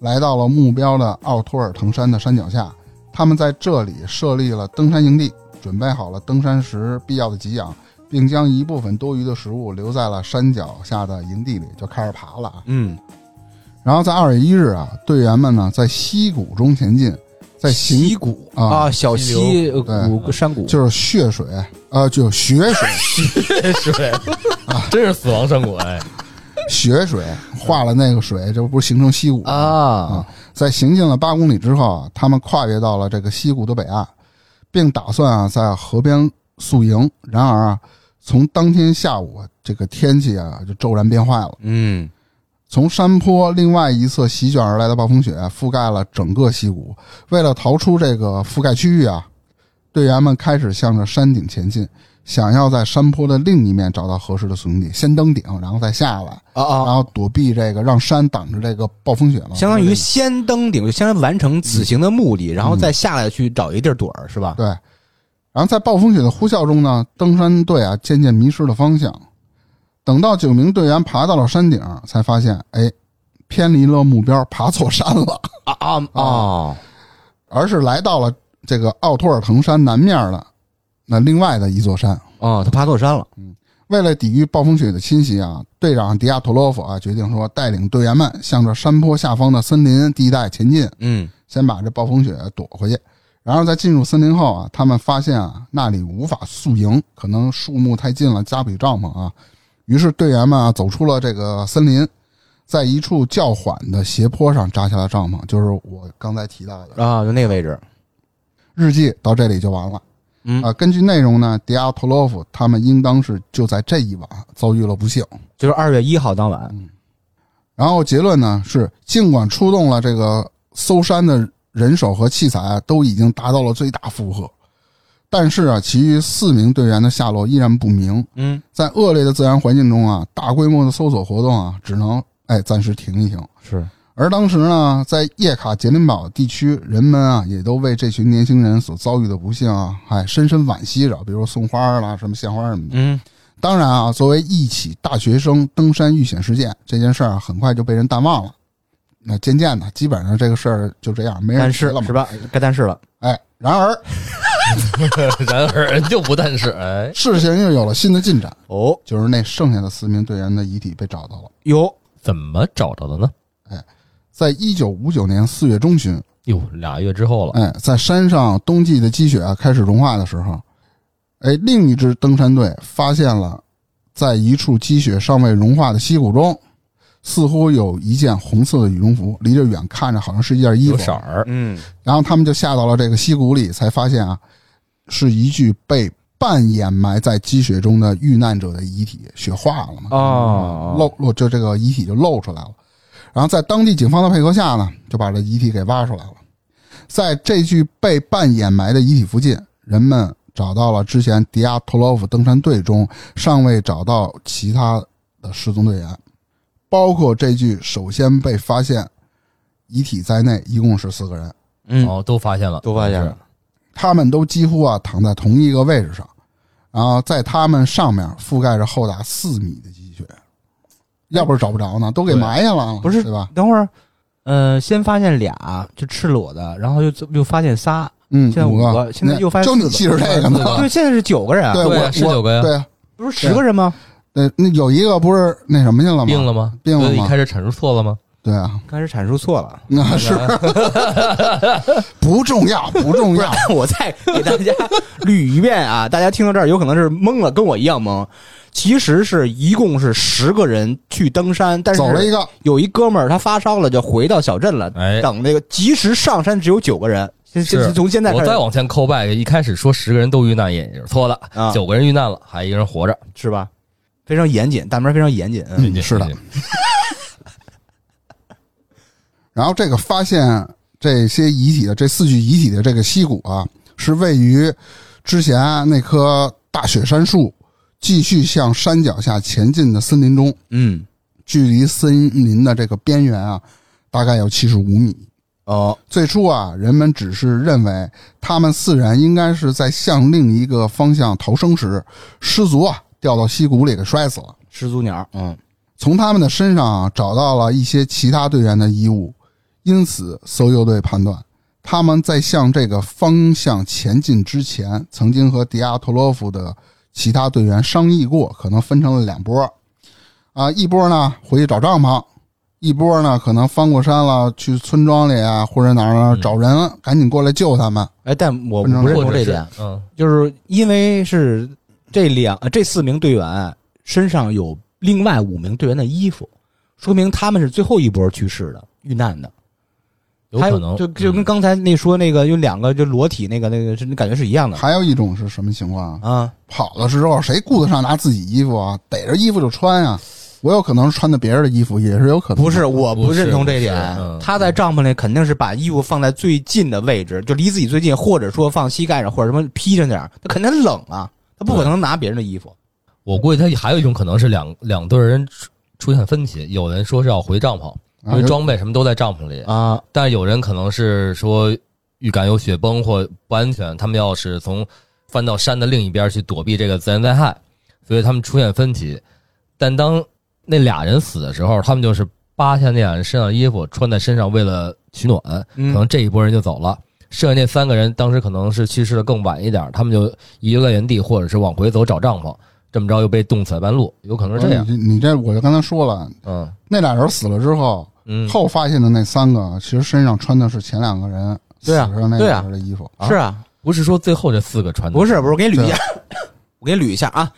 S3: 来到了目标的奥托尔腾山的山脚下。他们在这里设立了登山营地，准备好了登山时必要的给养，并将一部分多余的食物留在了山脚下的营地里，就开始爬了啊。
S1: 嗯，
S3: 然后在二月一日啊，队员们呢在溪谷中前进，在行
S1: 溪谷
S3: 啊
S1: 啊，小溪呃
S3: 对
S1: 谷山谷
S3: 就是血水，呃，就血水，
S2: 水 真是死亡山谷哎，
S3: 血水化了那个水，这不是形成溪谷吗？
S1: 啊
S3: 在行进了八公里之后啊，他们跨越到了这个溪谷的北岸，并打算啊在河边宿营。然而啊，从当天下午啊这个天气啊就骤然变坏了，
S1: 嗯
S3: 从山坡另外一侧席卷而来的暴风雪啊覆盖了整个溪谷。为了逃出这个覆盖区域啊，队员们开始向着山顶前进，想要在山坡的另一面找到合适的宿营地，先登顶，然后再下来。
S1: 啊
S3: 然
S1: 啊，
S3: 后躲避这个让山挡着这个暴风雪嘛，
S1: 相当于先登顶，就相当于完成此行的目的，然后再下来去找一地儿躲儿，是吧？
S3: 对。然后在暴风雪的呼啸中呢，登山队啊渐渐迷失了方向。等到九名队员爬到了山顶，才发现哎，偏离了目标，爬错山了，
S1: 啊啊啊！
S3: 而是来到了这个奥托尔腾山南面的那另外的一座山。
S1: 哦，他爬错山了。
S3: 为了抵御暴风雪的侵袭啊，队长迪亚托洛夫啊决定说，带领队员们向着山坡下方的森林地带前进。
S1: 嗯，
S3: 先把这暴风雪躲回去。然后在进入森林后啊，他们发现啊那里无法宿营，可能树木太近了搭不起帐篷啊。于是队员们啊走出了这个森林，在一处较缓的斜坡上扎下了帐篷，就是我刚才提到的。
S1: 啊，就那个位置。
S3: 日记到这里就完了。
S1: 嗯
S3: 啊，根据内容呢，迪亚托洛夫他们应当是就在这一晚遭遇了不幸。
S1: 就是二月一号当晚，
S3: 然后结论呢是，尽管出动了这个搜山的人手和器材，都已经达到了最大负荷，但是啊，其余四名队员的下落依然不明。
S1: 嗯，
S3: 在恶劣的自然环境中啊，大规模的搜索活动啊，只能哎暂时停一停。
S1: 是
S3: 而当时呢，在叶卡捷琳堡地区，人们啊也都为这群年轻人所遭遇的不幸啊，哎，深深惋惜着。比如说送花啦，什么献花什么的。
S1: 嗯
S3: 当然啊，作为一起大学生登山遇险事件这件事儿啊，很快就被人淡忘了。那渐渐的，基本上这个事儿就这样，没人
S1: 但
S3: 提
S1: 是
S3: 了嘛
S1: 是。吧？该但是了，
S3: 哎，然而
S2: 然而就不但是哎，
S3: 事情又有了新的进展，
S1: 哦
S3: 就是那剩下的四名队员的遗体被找到了。
S1: 哟，
S2: 怎么找着的呢？
S3: 在一九五九年四月中旬，
S2: 哟，俩月之后了，
S3: 哎，在山上冬季的积雪啊开始融化的时候，哎，另一支登山队发现了，在一处积雪尚未融化的溪谷中，似乎有一件红色的羽绒服，离着远看着好像是一件衣
S2: 有
S3: 服。
S2: 色儿，
S1: 嗯，
S3: 然后他们就下到了这个溪谷里，才发现啊，是一具被半掩埋在积雪中的遇难者的遗体，雪化了嘛，
S1: 哦
S3: 露露就这个遗体就露出来了。然后在当地警方的配合下呢，就把这遗体给挖出来了。在这具被半掩埋的遗体附近，人们找到了之前迪亚托洛夫登山队中尚未找到其他的失踪队员，包括这具首先被发现遗体在内，一共是四个人。
S1: 嗯
S2: 哦，都发现了，
S1: 都发现了
S2: 是，
S3: 他们都几乎啊躺在同一个位置上，然后在他们上面覆盖着厚达四米的积雪，要不是找不着呢，都给
S2: 对
S3: 埋下了，
S1: 不是
S3: 对吧？
S1: 等会儿，呃，先发现俩就赤裸的，然后又又发现仨，
S3: 嗯，
S1: 现在
S3: 五
S1: 五个现在
S3: 那
S1: 又发现
S3: 就你
S1: 四个
S3: 记着这个 呢，
S1: 对，现在是九个人啊，
S3: 对
S2: 对
S3: 我
S2: 啊
S3: 我
S2: 十九个呀
S3: 对，
S1: 不是十个人吗？
S3: 那那有一个不是那什么去了吗？
S2: 病了吗？
S3: 病了
S2: 所以
S3: 吗
S2: 一开始阐述错了吗？
S3: 对啊，
S1: 开始阐述错了。
S3: 那是 不重要，不重 要，
S1: 我再给大 家捋一遍啊，大家听到这儿有可能是懵了，跟我一样懵。其实是一共是十个人去登山，但是
S3: 走了一个，
S1: 有一哥们儿他发烧了，就回到小镇了。
S2: 哎
S1: 等那个及时上山只有九个人，现
S2: 是
S1: 现从现在
S2: 我
S1: 开始
S2: 再往前扣 back，一开始说十个人都遇难也是错了，
S1: 啊
S2: 九个人遇难了，还一个人活着，
S1: 是吧？非常严谨，大门非常严谨。嗯
S3: 嗯是的
S2: 对，
S3: 然后这个发现这些遗体的这四具遗体的这个溪谷啊，是位于之前那棵大雪山树继续向山脚下前进的森林中，
S1: 嗯，
S3: 距离森林的这个边缘啊，大概有七十五米。
S1: 哦，
S3: 最初啊，人们只是认为他们四人应该是在向另一个方向逃生时，失足啊掉到溪谷里给摔死了。
S1: 始祖鸟，嗯，
S3: 从他们的身上啊找到了一些其他队员的衣物，因此搜救队判断，他们在向这个方向前进之前，曾经和迪亚托洛夫的其他队员商议过，可能分成了两波，啊，一波呢回去找帐篷，一波呢可能翻过山了，去村庄里啊或者哪儿啊找人，赶紧过来救他们。
S1: 哎，但我
S3: 分成
S1: 不认
S2: 或
S1: 同
S2: 者
S1: 这
S2: 是
S1: 点，，
S2: 嗯，
S1: 就是因为是这两呃这四名队员身上有另外五名队员的衣服，说明他们是最后一波去世的遇难的。
S2: 有
S1: 还
S2: 可能
S1: 就就跟
S2: 嗯
S1: 刚才那说那个有两个就裸体那个那个是感觉是一样的
S3: 还有一种是什么情况啊？
S1: 啊。
S3: 跑的时候谁顾得上拿自己衣服啊？逮着衣服就穿啊！我有可能穿的别人的衣服，也是有可能的。
S1: 不是，我
S2: 啊不
S1: 不
S2: 是
S1: 认同这
S2: 不是
S1: 点。
S2: 嗯
S1: 他在帐篷里肯定是把衣服放在最近的位置，就离自己最近，或者说放膝盖上，或者什么披着点儿，他肯定冷啊，他不可能拿别人的衣服。
S2: 我估计他还有一种可能是两两队人出出现分歧，有人说是要回帐篷，因
S3: 啊
S2: 为
S3: 有
S2: 装备什么都在帐篷里，
S1: 啊，
S2: 但有人可能是说预感有雪崩或不安全，他们要是从翻到山的另一边去躲避这个自然灾害，所以他们出现分歧。但当那俩人死的时候，他们就是扒下那俩人身上的衣服穿在身上，为了取暖，可
S1: 嗯
S2: 能这一波人就走了。剩下那三个人当时可能是去世的更晚一点，他们就遗留在原地，或者是往回走找帐篷，这么着又被冻死在半路，有可能是这样。
S3: 你你这我就刚才说了，
S2: 嗯
S3: 那俩人死了之后，
S2: 嗯，
S3: 后发现的那三个其实身上穿的是前两个人死
S1: 对啊
S3: 的那
S1: 对啊
S3: 个人的衣服。
S1: 是啊，
S2: 不是说最后这嗯四个传的，
S1: 不是不是，我给你捋一下， 我给你捋一下啊，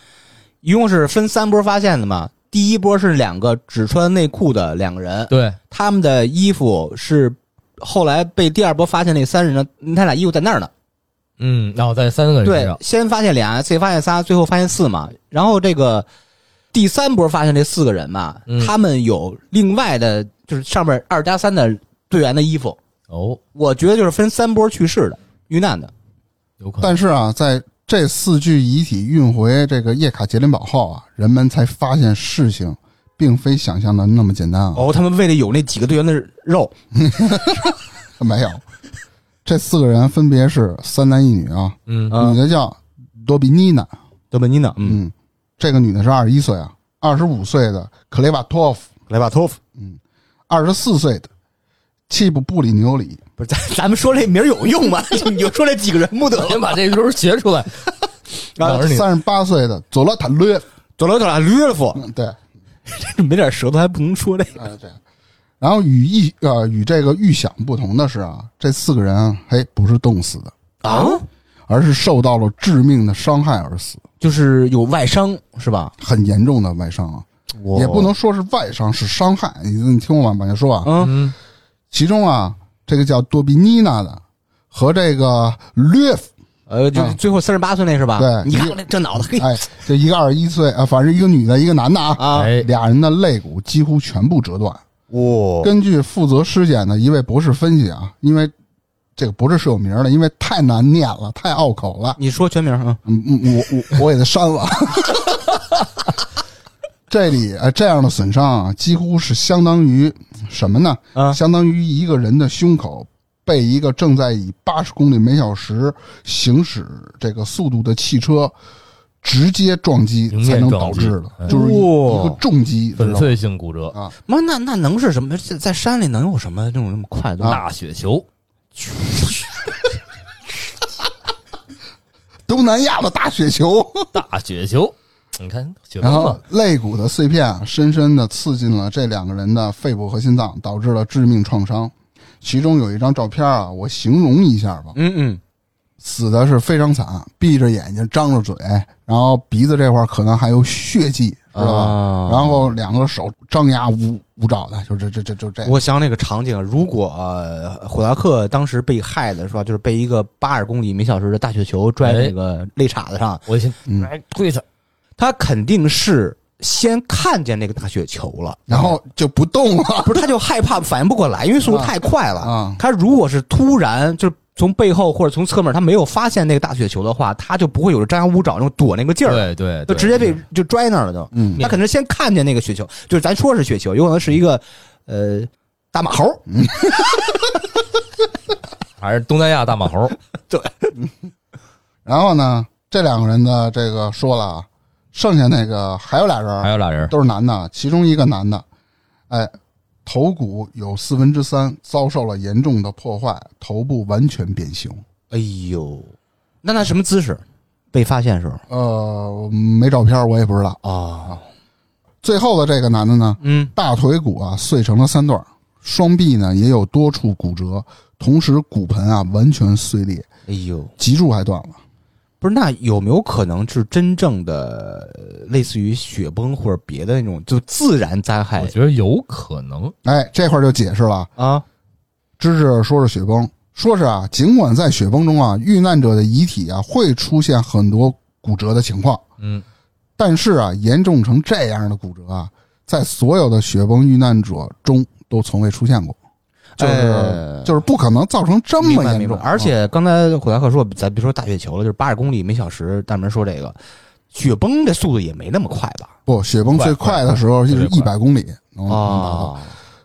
S1: 一共是分三波发现的嘛。第一波是两个只穿内裤的两个人，
S2: 对，
S1: 他们的衣服是后来被第二波发现那三人呢，他俩衣服在那儿呢。
S2: 嗯，然后在三个人身
S1: 对
S2: 上，，
S1: 先发现俩，再发现仨，最后发现四嘛。然后这个第三波发现这四个人嘛，
S2: 嗯
S1: 他们有另外的，就是上面二加三的队员的衣服。
S2: 哦，
S1: 我觉得就是分三波去世的遇难的，
S2: 有可能。
S3: 但是啊，在这四具遗体运回这个叶卡捷琳堡后啊，人们才发现事情并非想象的那么简单啊。
S1: 哦，他们为了有那几个队员的肉，
S3: 没有，这四个人分别是三男一女啊，
S2: 嗯
S1: 啊
S3: 女，的叫多比妮娜，
S1: 德本尼娜，嗯，
S3: 嗯，这个女的是二十一岁啊，二十五岁的克雷瓦托夫，
S1: 莱瓦托夫，
S3: 二十四岁的契布布里纽里，
S1: 不是咱咱们说这名儿有用吗？ 你就说这几个人不得了
S2: 先把这轮学 出来。哪儿你
S3: 三十八岁的佐罗塔略，
S1: 佐罗特拉吕勒夫，
S3: 嗯，对，
S1: 没点舌头还不能说这个。
S3: 哎对。然后与意呃与这个预想不同的是啊，这四个人啊，嘿不是冻死的，
S1: 啊，
S3: 而是受到了致命的伤害而死，
S1: 就是有外伤是吧？
S3: 很严重的外伤啊，也不能说是外伤，是伤害。你你听我往下说啊，
S1: 嗯
S2: 嗯，
S3: 其中啊，这个叫多比妮娜的和这个略夫，
S1: 呃，就是
S3: 嗯
S1: 最后三十八岁那是吧？
S3: 对
S1: 你看我这这脑子，嘿
S3: 哎，这一个二十一岁啊，反正一个女的，一个男的啊，
S1: 啊，
S2: 哎，
S3: 俩人的肋骨几乎全部折断。
S2: 哦
S1: 哇，
S3: 根据负责尸检的一位博士分析啊，因为这个博士是有名儿的，因为太难念了，太拗口了。
S1: 你说全名啊？
S3: 嗯嗯，我我我给他删了。 这里啊，这样的损伤啊，几乎是相当于什么呢？
S1: 啊
S3: 相当于一个人的胸口被一个正在以八十公里每小时行驶这个速度的汽车直接撞击
S2: 迎面
S3: 才能导
S2: 撞击
S3: 致的，
S2: 哎
S3: 就是一
S1: 哇
S3: 一个重击，知道
S2: 粉
S3: 吗
S2: 碎性骨折，
S3: 啊，
S1: 妈，那那能是什么？在在山里能有什么那种那么快的？
S2: 大雪球，
S3: 东南亚的大雪球。
S2: 大雪球，你看 雪
S3: 然
S2: 崩
S3: 后
S2: 嘛，
S3: 肋骨的碎片啊深深的刺进了这两个人的肺部和心脏，导致了致命创伤。其中有一张照片啊，我形容一下吧，
S1: 嗯嗯，
S3: 死的是非常惨，闭着眼睛，张着嘴，然后鼻子这块儿可能还有血迹，知道吧？
S1: 啊
S3: 然后两个手张牙舞舞爪的，就这这这就这，
S1: 我想那个场景，啊如果呃霍达克当时被害的是吧，就是被一个八十公里每小时的大雪球拽在那个肋叉子上，
S2: 我先哎
S3: 嗯
S2: 来推他，
S1: 他肯定是先看见那个大雪球了，
S3: 然后就不动了。
S1: 不是他就害怕反应不过来，因为速度太快了。
S3: 啊
S1: 他如果是突然就是从背后或者从侧面，他没有发现那个大雪球的话，他就不会有着张牙舞爪那种躲那个劲儿，
S2: 对对，
S1: 就
S2: 对
S1: 直接被就拽那儿了就。
S3: 嗯
S1: 他可能是先看见那个雪球，就是咱说是雪球，有可能是一个呃大马猴，
S2: 还是东南亚大马猴，
S3: 然后呢，这两个人的这个说了啊，剩下那个还有俩人，
S2: 还有俩人，
S3: 都是男的，啊其中一个男的，哎，头骨有四分之三遭受了严重的破坏，头部完全变形。
S1: 哎呦，那他什么姿势？被发现时候
S3: 呃，没照片，我也不知道。
S1: 啊，
S3: 最后的这个男的呢，
S1: 嗯，
S3: 大腿骨啊碎成了三段儿，双臂呢也有多处骨折，同时骨盆啊完全碎裂，
S1: 哎呦，
S3: 脊柱还断了。
S1: 不是，那有没有可能是真正的呃类似于雪崩或者别的那种就自然灾害
S2: 我觉得有可能，
S3: 哎，这块儿就解释了，
S1: 啊？
S3: 芝芝说是雪崩，说是啊，尽管在雪崩中啊，遇难者的遗体啊会出现很多骨折的情况。
S2: 嗯，
S3: 但是啊，严重成这样的骨折啊，在所有的雪崩遇难者中都从未出现过，就是、
S1: 哎
S3: 就是不可能造成这
S1: 明
S3: 么
S1: 白
S3: 严
S1: 明白啊
S3: 重。啊
S1: 而且刚才虎达克说，咱别说大雪球了，就是八十公里每小时，大明说这个雪崩的速度也没那么快吧？
S3: 不，雪崩最快的时候就是
S2: 快
S3: 一
S2: 快
S3: 百公里能能
S1: 啊
S3: 达
S1: 哦
S3: 到，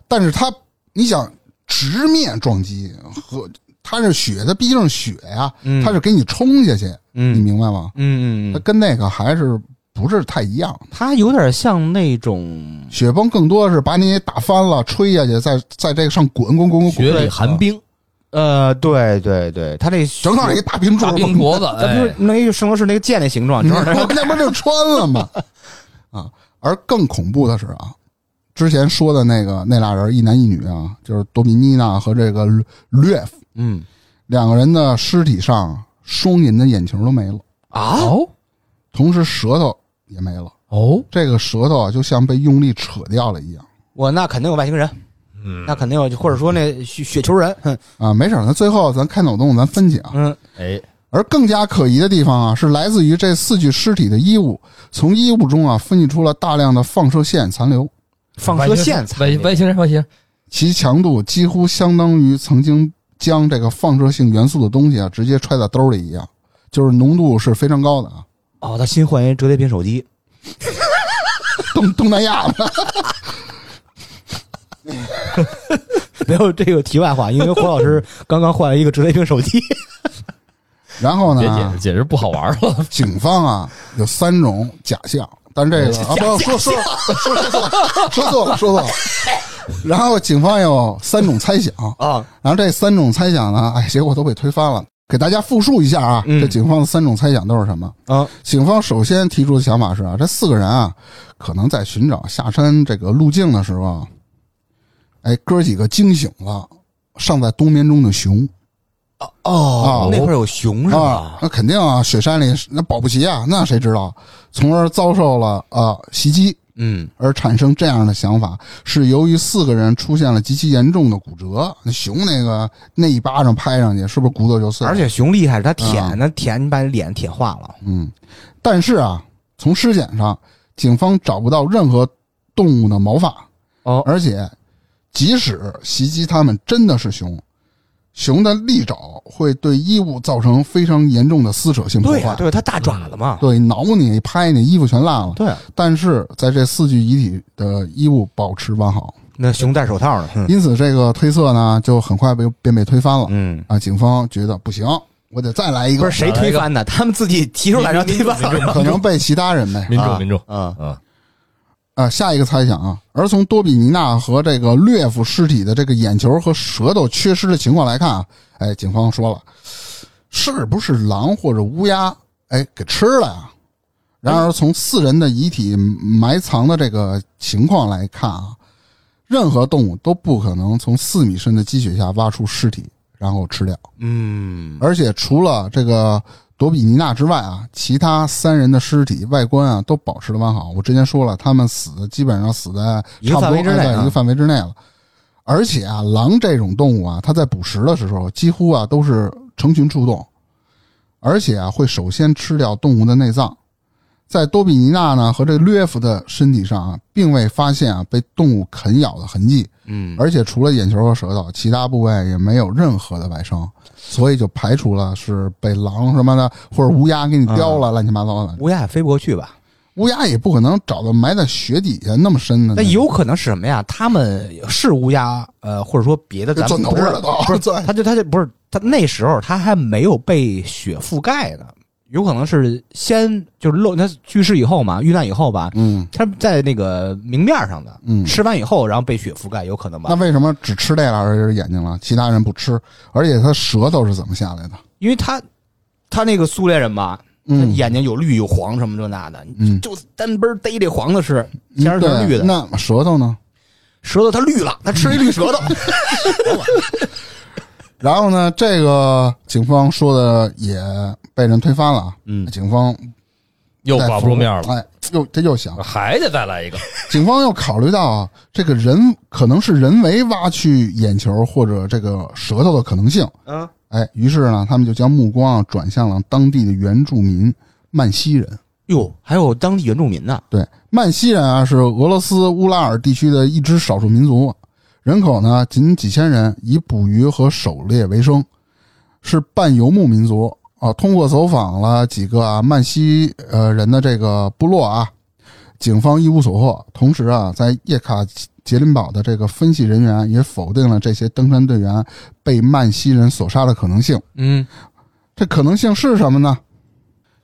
S3: 但是它，你想直面撞击和它是雪，它毕竟是雪呀、
S1: 嗯
S3: 它是给你冲下去，你
S1: 嗯
S3: 明白吗？
S1: 嗯嗯
S3: 它
S1: 嗯，
S3: 跟那个还是不是太一样？
S1: 它有点像那种
S3: 雪崩更多的是把你打翻了，吹下去，在在这个上滚滚滚滚滚，
S2: 雪里寒冰，
S1: 呃，对对对，它这
S3: 正好一大冰柱
S2: 大冰坨子，
S1: 咱不是
S2: 哎，
S1: 那个圣斗士那个剑那形状，
S3: 你
S1: 啊正
S3: 说
S1: 好那
S3: 那不就穿了 吗？啊！而更恐怖的是啊，之前说的那个那俩人，一男一女啊，就是多米妮娜和这个略夫
S1: 嗯
S3: 两个人的尸体上，双眼的眼球都没了，
S1: 啊
S2: 哦
S3: 同时舌头也没了。
S2: 哦，
S3: 这个舌头啊，就像被用力扯掉了一样
S1: 我那肯定有外星人，
S2: 嗯
S1: 那肯定有，或者说那雪雪球人，哼
S3: 啊！没事儿，咱最后咱开脑洞，咱分解啊。
S1: 嗯，
S2: 哎，
S3: 而更加可疑的地方啊，是来自于这四具尸体的衣物，从衣物中啊分析出了大量的放射线残留。
S1: 放射线才
S2: 外外星人，外星人，
S3: 其强度几乎相当于曾经将这个放射性元素的东西啊直接揣在兜里一样。就是浓度是非常高的啊，
S1: 哦，他新换一折叠屏手机，
S3: 东东南亚的，
S1: 没有这个题外话，因为胡老 师刚刚换了一个折叠屏手机。
S3: 然后
S2: 别解
S3: 呢
S2: 释，，解释不好玩了。
S3: 警方啊有三种假象，但这个啊不
S1: 哦
S3: 说说 说说错了，说错了说错了。然后警方有三种猜想，
S1: 啊，
S3: 然后这三种猜想呢，哎，结果都被推翻了。给大家复述一下啊，
S1: 嗯
S3: 这警方的三种猜想都是什么？
S1: 啊，
S3: 警方首先提出的想法是啊，这四个人啊，可能在寻找下山这个路径的时候，啊哎，哥几个惊醒了尚在冬眠中的熊啊
S1: 哦那块有熊是
S3: 啊
S1: 吧，？
S3: 那肯定啊，雪山里那保不齐啊，那谁知道，从而遭受了啊、呃袭击，
S1: 嗯，
S3: 而产生这样的想法，是由于四个人出现了极其严重的骨折，那熊那个那一巴掌拍上去，是不是骨头就碎了？
S1: 而且熊厉害，它
S3: 啊
S1: 舔，它舔，你把你脸舔化了。
S3: 嗯，但是啊，从尸检上，警方找不到任何动物的毛发，
S1: 哦
S3: 而且即使袭击他们真的是熊，熊的利爪会对衣物造成非常严重的撕扯性破
S1: 对啊
S3: 坏，
S1: 呀，对呀，它大爪子嘛。
S3: 对挠你、拍你，衣服全烂了。
S1: 对，啊
S3: 但是在这四具遗体的衣物保持完好，
S1: 那熊戴手套呢。嗯
S3: 因此这个推测呢就很快被便被推翻了。
S1: 嗯，
S3: 啊，警方觉得不行，我得再来一个，
S1: 不是谁推翻的， 他们自己提出来让推翻了。
S3: 可能被其他人呗。
S2: 民
S1: 啊
S2: 众，民众，
S1: 嗯，
S2: 嗯，
S3: 啊，下一个猜想啊，而从多比尼纳和这个略夫尸体的这个眼球和舌头缺失的情况来看啊，哎，警方说了，是不是狼或者乌鸦哎给吃了呀？然而从四人的遗体埋藏的这个情况来看啊，任何动物都不可能从四米深的积雪下挖出尸体然后吃掉。
S1: 嗯，
S3: 而且除了这个多比尼纳之外啊，其他三人的尸体外观啊都保持的完好。我之前说了，他们死的基本上死在
S1: 一个
S3: 差不
S1: 范
S3: 多
S1: 围之内啊
S3: 哎对一个范围之内了。而且啊，狼这种动物啊，它在捕食的时候几乎啊都是成群出动，而且啊会首先吃掉动物的内脏。在多比尼纳呢和这略夫的身体上啊，并未发现啊被动物啃咬的痕迹。
S1: 嗯，
S3: 而且除了眼球和舌头，其他部位也没有任何的外伤，所以就排除了是被狼什么的或者乌鸦给你
S1: 嗯
S3: 叼了，乱七八糟的。
S1: 乌鸦也飞不过去吧？
S3: 乌鸦也不可能找到埋在雪底下那么深的那
S1: 那
S3: 种，
S1: 有可能是什么呀？他们是乌鸦，呃，或者说别的，咱
S3: 钻
S1: 们
S3: 头
S1: 不知
S3: 上
S1: 道
S3: 了。都，不是
S1: 他就他就不是他那时候他还没有被雪覆盖呢，有可能是先就是漏他去世以后嘛，遇难以后吧，
S3: 嗯
S1: 他在那个明面上的，
S3: 嗯。
S1: 吃完以后然后被雪覆盖，有可能
S3: 那
S1: 吧？
S3: 为什么只吃这俩人的眼睛了，其他人不吃？而且他舌头是怎么下来的？
S1: 因为他他那个苏联人吧，他
S3: 嗯
S1: 眼睛有绿有黄什么这那的，
S3: 嗯，
S1: 就单奔儿逮这黄的吃，其他
S3: 嗯
S1: 人都是绿
S3: 对，
S1: 的，
S3: 那舌头呢？
S1: 舌头他绿了，他吃一绿舌头，
S3: 然后呢，这个警方说的也被人推翻了啊。
S1: 嗯
S3: 警方
S2: 又
S3: 再
S2: 挂不
S3: 服
S2: 住面了，
S3: 哎，又他又
S1: 啊
S3: 想，
S2: 还得再来一个。
S3: 警方又考虑到啊，这个人可能是人为挖去眼球或者这个舌头的可能性，
S1: 嗯，
S3: 哎，于是呢，他们就将目光啊转向了当地的原住民曼西人。
S1: 哟，还有当地原住民呢，
S3: 对，曼西人啊是俄罗斯乌拉尔地区的一支少数民族，人口呢仅几千人，以捕鱼和狩猎为生，是半游牧民族啊。通过走访了几个啊曼西呃人的这个部落啊，警方一无所获。同时啊，在叶卡捷琳堡的这个分析人员也否定了这些登山队员被曼西人所杀的可能性。
S1: 嗯，
S3: 这可能性是什么呢？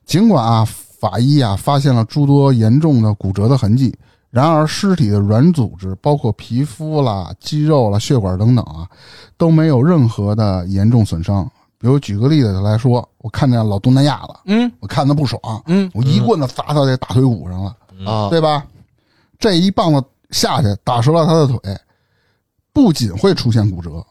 S3: 尽管啊，法医啊发现了诸多严重的骨折的痕迹，然而尸体的软组织，包括皮肤啦、肌肉啦、血管等等啊，都没有任何的严重损伤。比如举个例子来说，我看见老东南亚了，
S1: 嗯
S3: 我看他不爽，
S1: 嗯
S3: 我一棍子砸到这大腿骨上了，
S1: 啊，
S3: 对吧？这一棒子下去打折了他的腿，不仅会出现骨折，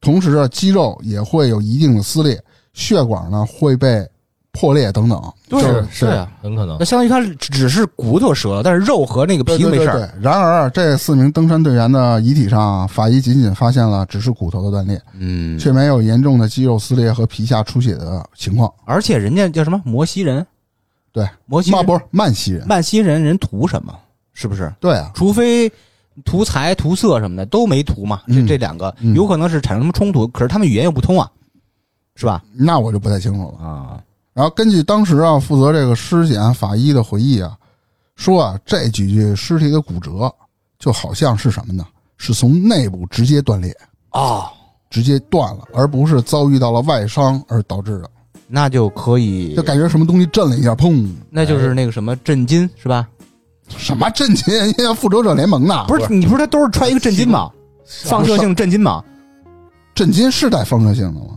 S3: 同时啊肌肉也会有一定的撕裂，血管呢会被破裂等等。
S1: 对
S3: 就是
S1: 是啊。
S2: 很可能
S1: 那。相当于它只是骨头折了，但是肉和那个
S3: 对
S1: 皮
S3: 对
S1: 没
S3: 对
S1: 事
S3: 对
S1: 儿。。
S3: 然而啊，这四名登山队员的遗体上啊，法医仅仅发现了只是骨头的断裂，
S1: 嗯，
S3: 却没有严重的肌肉撕裂和皮下出血的情况。
S1: 而且人家叫什么摩西人，
S3: 对，
S1: 摩西
S3: 那
S1: 人
S3: 不是曼西人，
S1: 曼西人人图什么？是不是？
S3: 对啊，
S1: 除非图财、图色什么的都没图嘛。这
S3: 嗯
S1: 这两个
S3: 嗯
S1: 有可能是产生什么冲突，可是他们语言又不通啊，是吧？
S3: 那我就不太清楚了。
S1: 啊，
S3: 然然后根据当时啊负责这个尸检法医的回忆啊，说啊这几具尸体的骨折就好像是什么呢？是从内部直接断裂，
S1: 哦，
S3: 直接断了，而不是遭遇到了外伤而导致的。
S1: 那就可以
S3: 就，感觉什么东西震了一下，砰！
S1: 那就是那个什么震惊是吧？
S3: 什么震惊？人家复仇者联盟啊呢？
S1: 哎不是，你不是他都是穿一个震惊啊吗？啊放射性震惊吗？
S3: 震惊是带放射性的吗？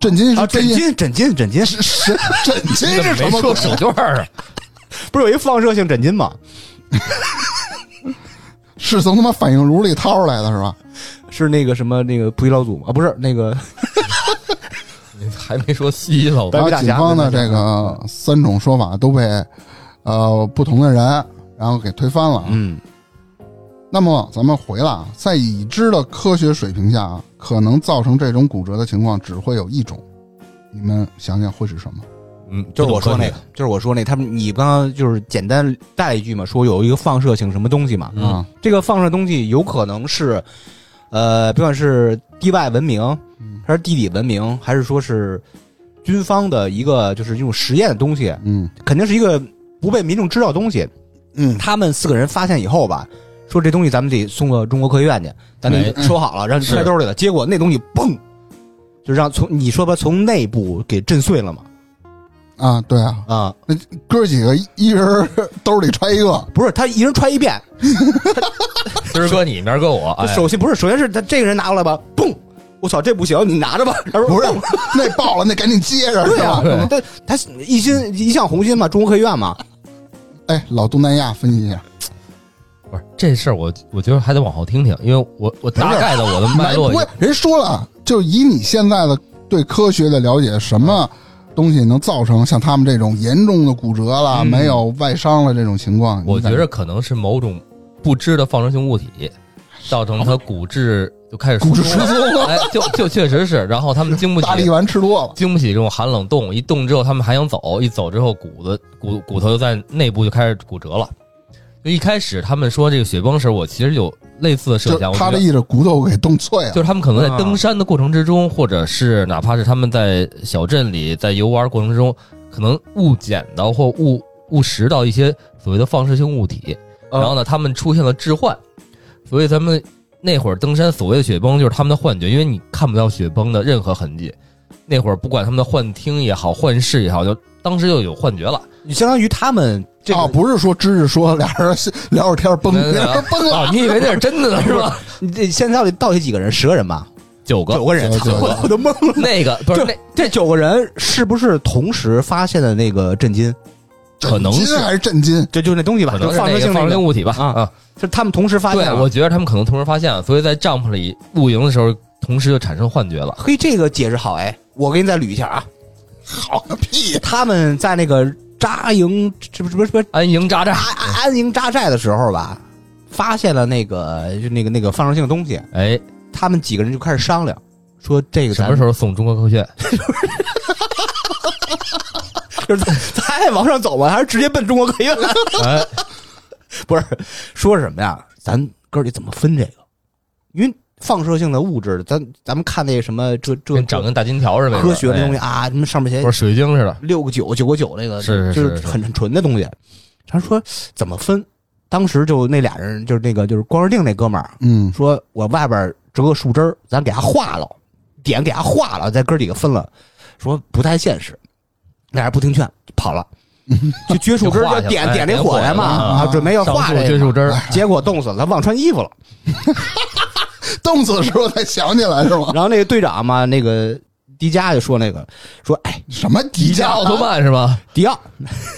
S3: 震惊
S1: 啊，
S3: 是
S1: 震
S3: 真
S1: 惊，震惊，震 惊，
S3: 是是震惊
S2: 你怎
S3: 是
S2: 么
S3: 什
S2: 没
S3: 么
S2: 说
S3: 鬼？
S2: 手绢儿啊？
S1: 不是有一放射性震惊吗？
S3: 是从他妈反应炉里掏出来的是吧？
S1: 是那个什么那个普希老祖吗？啊，不是那个
S2: 你 还没说西了，
S1: 白
S3: 然
S1: 骨
S3: 后
S1: 大侠
S3: 警方的
S1: 白
S3: 这
S1: 骨大侠
S3: 个三种说法都被呃不同的人然后给推翻了。
S1: 嗯
S3: 那么咱们回来啊，在已知的科学水平下啊，可能造成这种骨折的情况只会有一种，你们想想会是什么？
S2: 嗯，
S1: 就是我说那
S2: 个
S1: 个，就是我说那个他们你刚刚就是简单带了一句嘛，说有一个放射性什么东西嘛，
S2: 嗯
S3: 啊，
S1: 这个放射东西有可能是，呃，不管是地外文明
S3: 嗯，
S1: 还是地理文明，还是说是军方的一个就是这种实验的东西，
S3: 嗯
S1: 肯定是一个不被民众知道的东西。
S3: 嗯，
S1: 他们四个人发现以后吧，说这东西咱们得送到中国科学院去，咱们
S3: 哎
S1: 说好了，让揣兜里了。结果那东西嘣，就让从你说吧，从内部给震碎了嘛。
S3: 啊，对啊，
S1: 啊、
S3: 哥几个一一人兜里揣一个，
S1: 不是他一人穿一遍，
S2: 今儿搁你，明儿搁我，哎，
S1: 首先不是，首先是他这个人拿过来吧，嘣，我操，这不行，你拿着吧，然后
S3: 不是
S1: 嘣
S3: 那爆了，那赶紧接着，
S1: 对
S3: 是吧？
S1: 啊，他他一心一向红心嘛，中国科学院嘛，
S3: 哎，老东南亚分析一下，
S2: 不是这事儿，我我觉得还得往后听听，因为我我大概的我的脉络
S3: 哎不会，人说了，就以你现在的对科学的了解，什么东西能造成像他们这种严重的骨折了、
S1: 嗯
S3: 没有外伤了这种情况？
S2: 我
S3: 你感
S2: 觉着可能是某种不知的放射性物体，造成他骨质就开始
S3: 骨质疏
S2: 疏松，哎，就就确实是。然后他们经不
S3: 大力
S2: 起
S3: 丸吃多了，
S2: 经不起这种寒冷冻，一冻之后他们还想走，一走之后骨子骨骨头就在内部就开始骨折了。就一开始他们说这个雪崩时，我其实有类似的
S3: 就
S2: 设想，我
S3: 他
S2: 觉
S3: 的
S2: 得
S3: 一只骨头给冻碎了。
S2: 就是他们可能在
S1: 啊
S2: 登山的过程之中，或者是哪怕是他们在小镇里在游玩过程之中，可能误捡到或误误食到一些所谓的放射性物体，
S1: 啊
S2: 然后呢，他们出现了置换，所以咱们那会儿登山所谓的雪崩就是他们的幻觉，因为你看不到雪崩的任何痕迹。那会儿不管他们的幻听也好，幻视也好，就当时就有幻觉了。
S1: 你相当于他们这个、
S3: 啊，不是说知识说俩人聊会儿天崩，
S2: 对对对
S3: 俩人崩了，
S2: 啊，你以为那是真的呢是 吧？
S1: 你这现在到底到底几个人？十个人吧，
S2: 九个
S1: 九，个人，
S3: 九个
S1: 我我都懵了。
S2: 那个不是
S1: 就
S2: 那
S1: 这九个人是不是同时发现的那个震惊？
S2: 可能
S3: 震
S2: 是
S3: 惊还是震惊？
S1: 这就是那东西吧，
S2: 可
S1: 就
S2: 能是
S1: 放射
S2: 那
S1: 性
S2: 个放射性
S1: 个，
S2: 物体吧
S1: 啊
S2: 啊。
S1: 是他们同时发现啊
S2: 对，
S1: 了。
S2: 我觉得他们可能同时发现了，所以在帐篷里露营的时候，同时就产生幻觉了。
S1: 嘿，这个解释好哎，我给你再捋一下啊。
S3: 好个屁！
S1: 他们在那个扎营，这不是不是不是
S2: 安 营扎寨，
S1: 安安安营扎寨的时候吧，发现了那个就那个那个放射性的东西，
S2: 哎，
S1: 他们几个人就开始商量，说这个
S2: 什
S1: 咱
S2: 么时候送中国科学院？
S1: 就是咱咱还往上走吗？还是直接奔中国科学院？
S2: 哎，
S1: 不是，说什么呀？咱哥儿得怎么分这个？因为放射性的物质，咱咱们看那什么这这
S2: 跟长跟大金条似的，
S1: 科学的东西
S2: 哎
S1: 啊，什么上面写
S2: 不是水晶似的。
S1: 六个九九个九那个，
S2: 是是是
S1: 就是
S2: 是
S1: 很很纯的东西。他说怎么分？当时就那俩人，就是那个就是光日定那哥们儿，
S3: 嗯，
S1: 说我外边折个树枝儿，咱给它化了，点给它化了，再哥几个分了，说不太现实，俩人不听劝跑 了，就撅树枝儿
S2: 就化去
S1: 就
S2: 了
S1: 点
S2: 哎
S1: 点这
S2: 点
S1: 火
S2: 火
S1: 来嘛，
S2: 了啊
S1: 啊，准备要
S2: 上
S1: 化
S2: 树
S1: 这
S2: 追
S1: 个，
S2: 树枝儿，
S1: 结果冻死了，忘穿衣服了。
S3: 冻死的时候才想起来是 吗？
S1: 然后那个队长嘛，那个迪迦就说那个说，哎，
S3: 什么迪
S2: 迪迦
S3: 迦
S2: 奥特？曼是 吧？
S1: 迪奥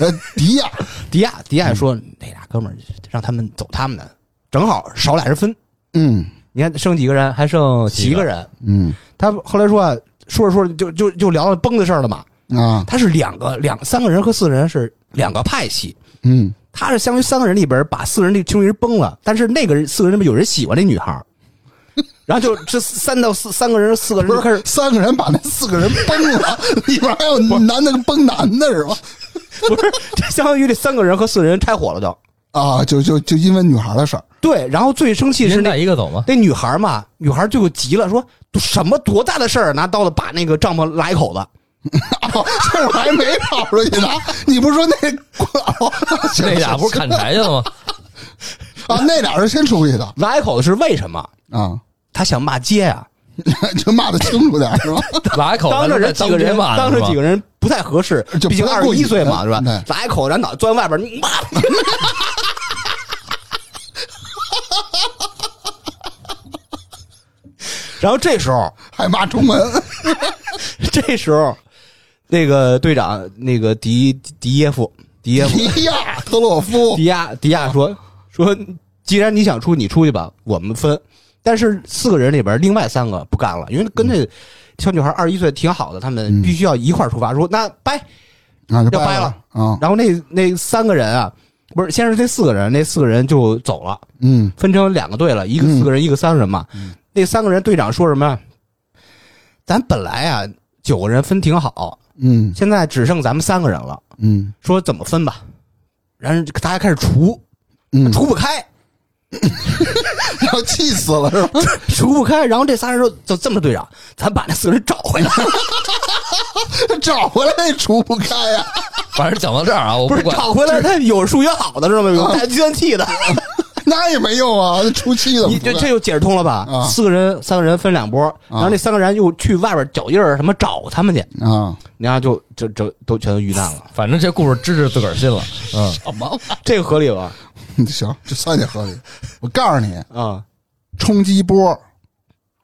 S3: 呃，迪亚，
S1: 迪亚迪亚说那俩哥们儿让他们走他们的，正好少俩人分。
S3: 嗯
S1: 你看剩几个人，还剩
S2: 七
S1: 七
S2: 个
S1: 个人。
S3: 嗯
S1: 他后来说啊，说着说着就就就聊到崩的事儿了嘛。
S3: 啊
S1: 他是两个两三个人和四个人是两个派系，
S3: 嗯，
S1: 他是相当于三个人里边把四个人里其中一人崩了，但是那个人四个人里边有人喜欢那女 孩儿，然后就这三到四三个人四个人
S3: 不
S1: 就开
S3: 是
S1: 始
S3: 三个人把那四个人崩了，里边还有男的跟崩男的是吧？
S1: 不是这相当于这三个人和四个人拆伙了就
S3: 啊，就就就因为女孩的事儿，
S1: 对，然后最生气
S2: 一
S1: 是
S2: 人
S1: 那
S2: 带一个走吗？
S1: 那女孩儿嘛，女孩儿最后急了说什么多大的事儿拿刀子把那个帐篷拉一口子，
S3: 哦，这我还没跑出去呢。你不是说那哦
S2: 那俩不是砍柴去了吗？
S3: 啊？那俩是先出去的
S1: 来口是为什么？
S3: 啊？
S1: 他想骂街呀、
S3: 就骂的清楚点儿是吧？
S2: 拉口
S1: 当着人几
S2: 当
S1: 个人，
S2: 嘛，
S1: 当着几
S2: 个
S1: 个人不太合适，
S3: 就不太
S1: 毕竟二
S3: 过
S1: 十一
S3: 瘾
S1: 岁嘛，是吧
S3: 对？
S1: 来口，然后脑袋钻外边，你妈的！ 然后这时候，
S3: 还骂中文，
S1: 这时候，那个队长，那个迪迪耶夫，迪耶夫，
S3: 迪亚特洛夫
S1: 迪亚
S3: 哦
S1: 迪亚说说，既然你想出，你出去吧，我们分。但是四个人里边，另外三个不干了，因为跟
S3: 嗯
S1: 这小女孩二十一岁挺好的，他们必须要一块儿出发。说那拜，
S3: 啊，就
S1: 要掰
S3: 掰
S1: 了
S3: 啊，
S1: 然后那那三个人啊，不是，先是那四个人，那四个人就走了，
S3: 嗯，
S1: 分成两个队了，一个
S3: 嗯
S1: 四个人，一个三个人嘛。那三个人队长说什么呀？咱本来啊九个人分挺好，
S3: 嗯
S1: 现在只剩咱们三个人了，
S3: 嗯
S1: 说怎么分吧？然后大家开始除，
S3: 嗯，
S1: 除不开，
S3: 要气死了是吧？
S1: 除不开。然后这仨人说：“就这么着，队长，咱把那四个人找回来。
S3: 找回来也除不开呀、
S2: 反正讲到这儿啊，我
S1: 不是
S2: 管
S1: 找回来，他有数学好的知道吗？有带计算器的。
S3: 那也没用啊，出气怎
S1: 你
S3: 么
S1: 这
S3: 不
S1: 这
S3: 干？
S1: 又解释通了吧？
S3: 啊
S1: 四个人，三个人分两波，然后那三个人又去外边脚印儿什么找他们去，
S3: 啊，
S1: 然后就就就都全都遇难了。
S2: 反正这故事治治自个儿信了，嗯，
S1: 这个合理吧？
S3: 行，这算你合理。我告诉你，
S1: 啊，
S3: 冲击波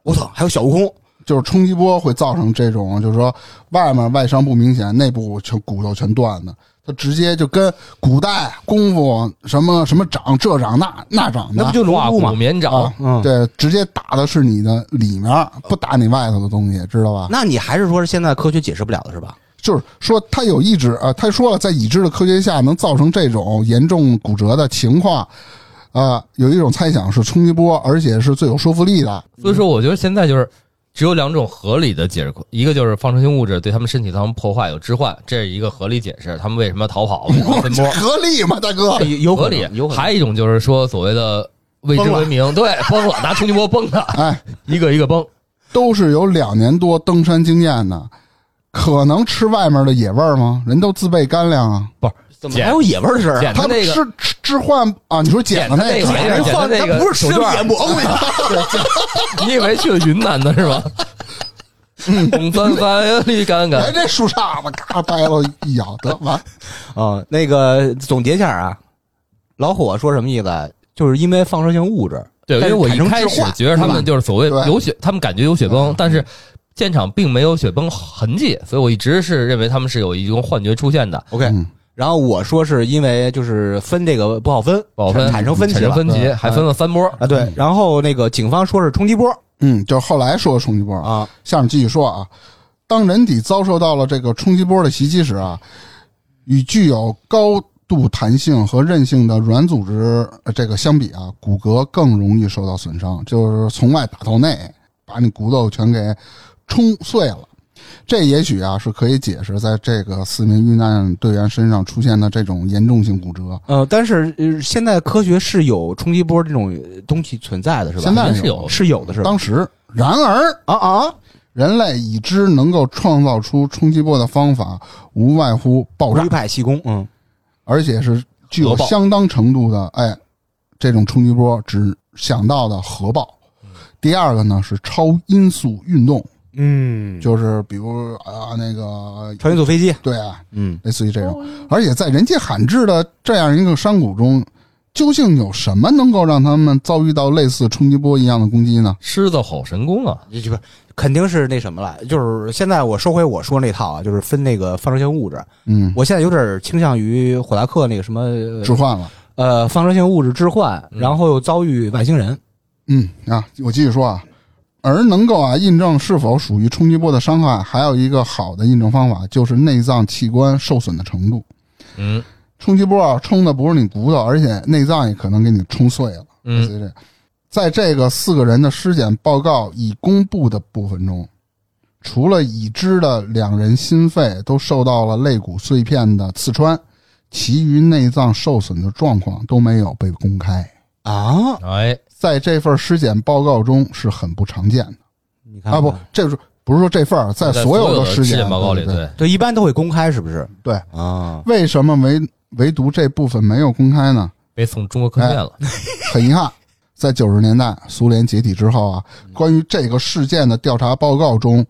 S1: 我操，还有小悟空，
S3: 就是冲击波会造成这种，就是说外面外伤不明显，内部全骨头全断的。它直接就跟古代功夫什么什么掌这掌那那掌的，
S1: 那不就
S2: 化
S1: 龙珠
S2: 骨
S1: 吗？
S2: 绵掌
S3: 啊，
S1: 嗯
S3: 对，直接打的是你的里面，不打你外头的东西，知道吧？
S1: 那你还是说是现在科学解释不了的是吧？
S3: 就是说，他有意志啊、呃他说了，在已知的科学下，能造成这种严重骨折的情况，啊、有一种猜想是冲击波，而且是最有说服力 的。
S2: 所以说我觉得现在就是只有两种合理的解释，一个就是放射性物质对他们身体造成破坏有致幻，这是一个合理解释，他们为什么要 逃跑奔波，
S3: 合理吗，大哥？
S1: 啊有
S2: 合
S1: 可
S2: 理
S1: 能，有可。能。
S2: 还有一种就是说所谓的未知
S1: 崩了
S2: 文明，对，崩了，拿冲击波崩 的，
S3: 哎，
S2: 一个一个崩，
S3: 都是有两年多登山经验的，可能吃外面的野味儿吗？人都自备干粮啊，
S1: 怎么还有野味儿的事儿啊？
S2: 捡
S3: 他
S2: 他
S3: 们
S2: 那个
S3: 吃吃置换啊？你说捡的
S2: 捡的那个
S3: 捡的
S2: 玩意儿
S1: 放
S2: 那个
S1: 他不是吃
S2: 手绢儿
S1: 野蘑菇 呀？
S2: 你以为去了云南呢 是吗？红翻翻，绿杆
S3: 哎，
S2: 杆，
S3: 这树杈子嘎掰了一咬，得完。
S1: 啊，那个总结一下啊，老火说什么意思啊？就是因为放射性物质，
S2: 对，因为我
S1: 但
S2: 一
S1: 是产生
S2: 开
S1: 致
S2: 始
S1: 幻
S2: 觉得他们就是所谓
S3: 是吧
S2: 有雪，他们感觉有雪崩，但是现场并没有雪崩痕迹，所以我一直是认为他们是有一种幻觉出现的。
S1: OK，、
S3: 嗯
S1: 然后我说是因为就是分这个不好分，
S2: 不好分
S1: 产生分歧
S2: 产生
S1: 了
S2: 分歧，
S1: 嗯
S2: 还分了三波。
S1: 啊对，然后那个警方说是冲击波
S3: 嗯，就是后来说冲击波啊，
S1: 啊，
S3: 下面继续说啊，当人体遭受到了这个冲击波的袭击时啊，与具有高度弹性和韧性的软组织呃这个相比啊，骨骼更容易受到损伤，就是从外打到内，把你骨头全给冲碎了。这也许啊是可以解释在这个四名遇难队员身上出现的这种严重性骨折。
S1: 呃，但是、呃现在科学是有冲击波这种呃东西存在的是吧？
S3: 现在
S2: 肯定是有
S1: 是有的是吧？
S3: 当时，然而
S1: 啊啊，
S3: 人类已知能够创造出冲击波的方法，无外乎爆炸
S1: 龟。派气功，嗯，
S3: 而且是具有
S2: 核爆
S3: 相当程度的哎，这种冲击波只想到的核爆。第二个呢是超音速运动，
S1: 嗯，
S3: 就是比如啊那个
S1: 超音速飞机，
S3: 对啊，
S1: 嗯，
S3: 类似于这种。而且在人迹罕至的这样一个山谷中，究竟有什么能够让他们遭遇到类似冲击波一样的攻击呢？
S2: 狮子吼神功啊，
S1: 这不肯定是那什么了，就是现在我收回我说那套啊，就是分那个放射性物质，
S3: 嗯，
S1: 我现在有点倾向于霍达克那个什么呃
S3: 置换了。
S1: 呃放射性物质置换，
S2: 嗯
S1: 然后又遭遇外星人，
S3: 嗯啊，我继续说啊，而能够啊印证是否属于冲击波的伤害，还有一个好的印证方法就是内脏器官受损的程度。
S2: 嗯
S3: 冲击波啊，冲的不是你骨头，而且内脏也可能给你冲碎了。类
S2: 嗯，
S3: 似于这样，在这个四个人的尸检报告已公布的部分中，除了已知的两人心肺都受到了肋骨碎片的刺穿，其余内脏受损的状况都没有被公开。
S1: 啊，
S2: 哎，
S3: 在这份尸检报告中是很不常见的
S1: 你看嗯
S3: 啊！不，这是不是说这份儿，在
S2: 在
S3: 所
S2: 有
S3: 的
S2: 尸
S3: 尸
S2: 检报告里，
S3: 对
S2: 对，
S1: 对，一般都会公开，是不是？
S3: 对
S1: 啊，
S3: 为什么唯唯独这部分没有公开呢？
S2: 被送中国科学院了。
S3: 很遗憾，在九十年代苏联解体之后啊，关于这个事件的调查报告中，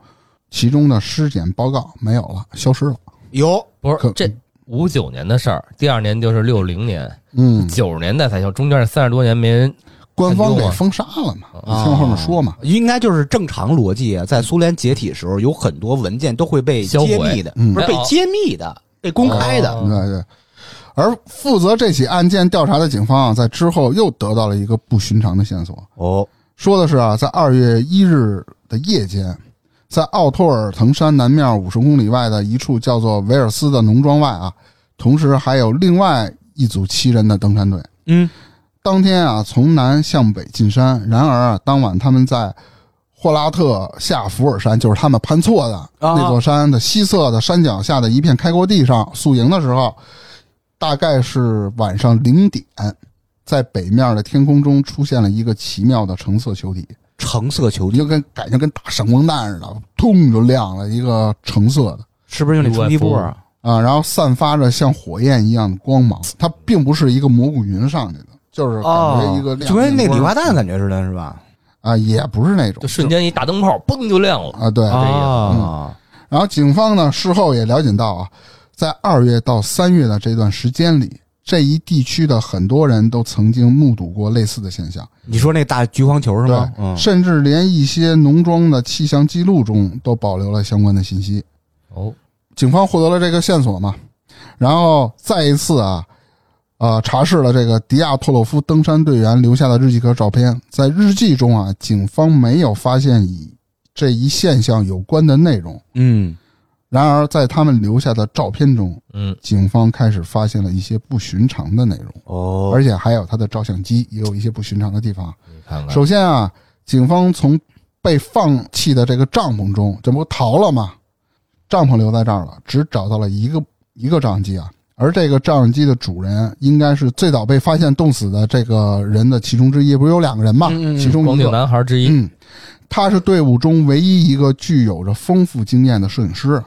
S3: 其中的尸检报告没有了，消失了。
S1: 有
S2: 不是
S3: 可
S2: 这五九年的事儿，第二年就是六零年，
S3: 嗯，
S2: 九十年代才消，中间这三十多年没人。
S3: 官方
S2: 很多
S3: 给
S2: 啊
S3: 封杀了嘛，你
S1: 啊
S3: 听我后面说嘛。
S1: 应该就是正常逻辑啊，在苏联解体时候，有很多文件都会被
S2: 销毁哎
S1: 揭秘的，
S3: 嗯
S1: 不是被揭秘的，被公开的。
S2: 哦
S3: 啊对对。而负责这起案件调查的警方啊，在之后又得到了一个不寻常的线索，
S1: 哦，
S3: 说的是啊，在二月一日的夜间，在奥托尔腾山南面五十公里外的一处叫做维尔斯的农庄外啊，同时还有另外一组七人的登山队。
S1: 嗯，
S3: 当天啊，从南向北进山。然而啊，当晚他们在霍拉特下福尔山，就是他们攀错的、那座山的西侧的山脚下的一片开阔地上宿营的时候，大概是晚上零点，在北面的天空中出现了一个奇妙的橙色球体，
S1: 橙色球
S3: 你
S1: 体
S3: 就跟感觉跟大闪光弹似的，通就亮了一个橙色的。
S1: 是不是用那冲击波啊？
S3: 啊，然后散发着像火焰一样的光芒，它并不是一个蘑菇云上去的，就是感觉一个
S1: 哦，
S3: 亮、
S1: 就跟那
S3: 个
S1: 礼花弹感觉似的，是吧？
S3: 啊，也不是那种
S2: 就瞬间一大灯泡，嘣就亮了。
S3: 啊，对。
S2: 哦
S1: 啊，
S3: 然后警方呢事后也了解到啊，在二月到三月的这段时间里，这一地区的很多人都曾经目睹过类似的现象，
S1: 嗯你说那大橘黄球是
S3: 对
S1: 吗？，嗯，
S3: 甚至连一些农庄的气象记录中都保留了相关的信息。
S2: 哦，
S3: 警方获得了这个线索嘛，然后再一次啊，呃，查视了这个迪亚托洛夫登山队员留下的日记和照片。在日记中啊，警方没有发现与这一现象有关的内容。
S1: 嗯，
S3: 然而，在他们留下的照片中，
S2: 嗯，
S3: 警方开始发现了一些不寻常的内容，
S1: 哦，
S3: 而且还有他的照相机也有一些不寻常的地方。
S2: 你看看，
S3: 首先啊，警方从被放弃的这个帐篷中，这不逃了吗？帐篷留在这儿了，只找到了一个一个照相机啊。而这个照相机的主人应该是最早被发现冻死的这个人的其中之一，不是有两个人吗？
S1: 嗯嗯嗯
S3: 其中
S2: 光
S3: 一
S2: 腚
S3: 个，
S2: 男孩之一，
S3: 嗯，他是队伍中唯一一个具有着丰富经验的摄影师，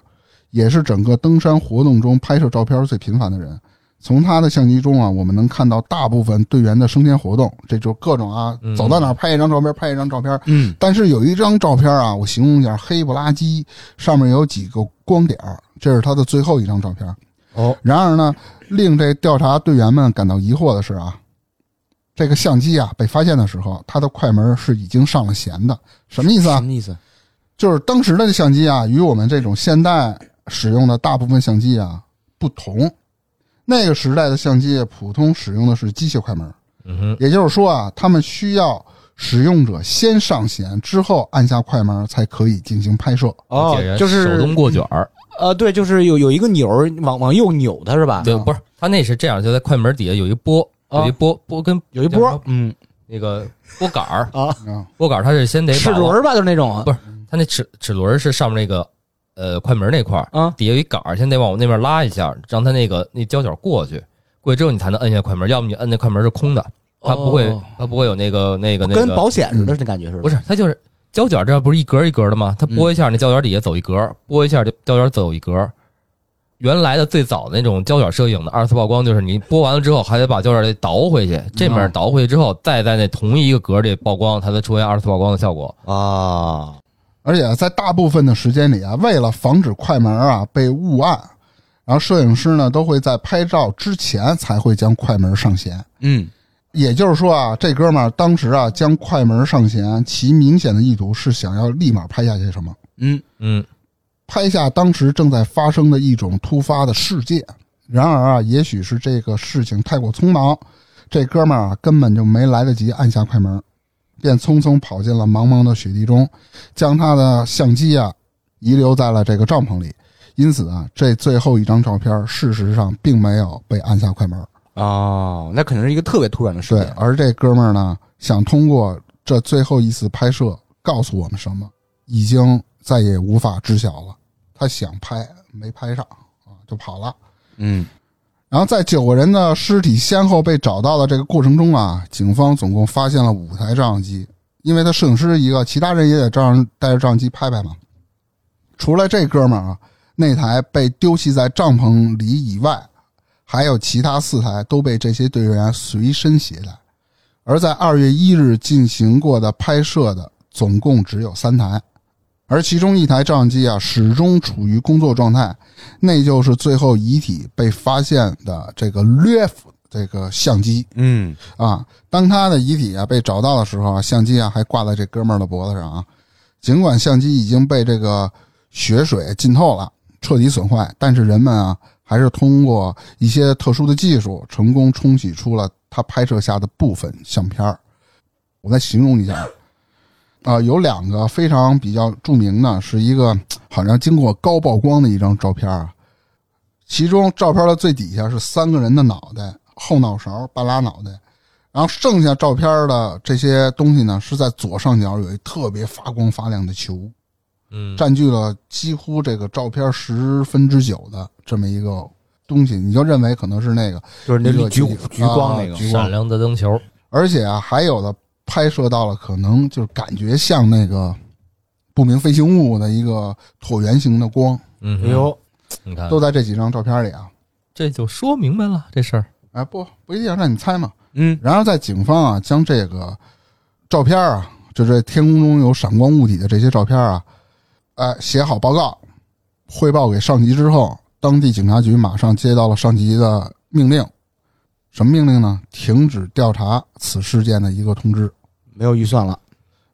S3: 也是整个登山活动中拍摄照片最频繁的人。从他的相机中啊，我们能看到大部分队员的生前活动，这就各种啊
S2: 嗯，
S3: 走到哪儿拍一张照片，拍一张照片。
S1: 嗯，
S3: 但是有一张照片啊，我形容一下，黑不拉几，上面有几个光点儿，这是他的最后一张照片。
S1: 哦，
S3: 然而呢，令这调查队员们感到疑惑的是啊，这个相机啊被发现的时候，它的快门是已经上了弦的，什么意思
S1: 什
S3: 啊？
S1: 么意思？
S3: 就是当时的相机啊，与我们这种现代使用的大部分相机啊不同。那个时代的相机普通使用的是机械快门，
S2: 嗯哼，
S3: 也就是说啊，他们需要使用者先上弦，之后按下快门才可以进行拍摄。
S2: 这人
S1: 哦，就是
S2: 手动过卷儿。
S1: 呃，对，就是有有一个钮儿往往右扭它是吧？
S2: 对，不是他那是这样，就在快门底下有一波，
S1: 啊
S2: 有一波波跟
S1: 有一
S2: 叫什
S1: 波
S2: 么，
S1: 嗯
S2: 那个波杆儿，
S1: 啊，
S3: 啊，
S2: 波杆儿它是先得把
S1: 齿轮儿吧，就是那种
S2: 不它那齿齿轮是上面那个呃快门那块儿，
S1: 啊，
S2: 底下有一杆儿，先得往我那边拉一下，让它那个那胶卷过去，过去之后你才能摁下快门，要么你摁那快门是空的，它不会、
S1: 哦
S2: 它不会有那个那个那
S1: 跟
S2: 个，
S1: 保险似的，那感觉是
S2: 不是嗯它就是胶卷这不是一格一格的吗？它拨一下那胶卷底下走一格，拨一下这胶卷走一格。原来的最早的那种胶卷摄影的二次曝光，就是你拨完了之后，还得把胶卷给倒回去，这面倒回去之后，再在那同一个格里曝光，它才出现二次曝光的效果。
S1: 啊？
S3: 而且在大部分的时间里啊，为了防止快门啊被误按，然后摄影师呢都会在拍照之前才会将快门上弦。
S1: 嗯，
S3: 也就是说啊，这哥们儿当时啊将快门上弦，其明显的意图是想要立马拍下些什么，
S1: 嗯，
S2: 嗯，
S3: 拍下当时正在发生的一种突发的事件。然而啊，也许是这个事情太过匆忙，这哥们儿啊根本就没来得及按下快门，便匆匆跑进了茫茫的雪地中，将他的相机啊遗留在了这个帐篷里。因此啊，这最后一张照片事实上并没有被按下快门。
S1: 哦，那肯定是一个特别突然的事
S3: 对
S1: 件，
S3: 而这哥们儿呢，想通过这最后一次拍摄告诉我们什么，已经再也无法知晓了。他想拍没拍上啊，就跑了。
S1: 嗯，
S3: 然后在九个人的尸体先后被找到的这个过程中啊，警方总共发现了五台照相机，因为他摄影师一个，其他人也得照样带着照相机拍拍嘛。除了这哥们儿啊，那台被丢弃在帐篷里以外，还有其他四台都被这些队员随身携带。而在二月一日进行过的拍摄的，总共只有三台，而其中一台照相机啊始终处于工作状态，那就是最后遗体被发现的这个略夫这个相机
S4: 嗯，
S3: 啊。当他的遗体啊被找到的时候啊，相机啊还挂在这哥们儿的脖子上啊。尽管相机已经被这个血水浸透了，彻底损坏，但是人们啊还是通过一些特殊的技术，成功冲洗出了他拍摄下的部分相片儿。我再形容一下。啊、有两个非常比较著名的，是一个好像经过高曝光的一张照片啊，其中照片的最底下是三个人的脑袋，后脑勺、半拉脑袋，然后剩下照片的这些东西呢，是在左上角有一特别发光发亮的球，
S2: 嗯，
S3: 占据了几乎这个照片十分之九的这么一个东西，你就认为可能是那个
S1: 就是那
S3: 一个
S1: 橘
S3: 一个
S1: 橘光那
S3: 啊
S1: 个，
S3: 橘
S2: 嗯闪
S3: 光，
S2: 亮的灯球，
S3: 而且啊，还有的拍摄到了可能就是感觉像那个不明飞行物的一个椭圆形的光，
S2: 嗯哼，
S1: 哎呦，
S2: 你看
S3: 都，在这几张照片里啊。
S2: 这就说明白了这事儿，
S3: 哎，不不一定，让你猜嘛。
S4: 嗯，
S3: 然后在警方啊将这个照片啊，就这天空中有闪光物体的这些照片啊，哎，写好报告，汇报给上级之后，当地警察局马上接到了上级的命令，什么命令呢？停止调查此事件的一个通知。
S1: 没有预算了，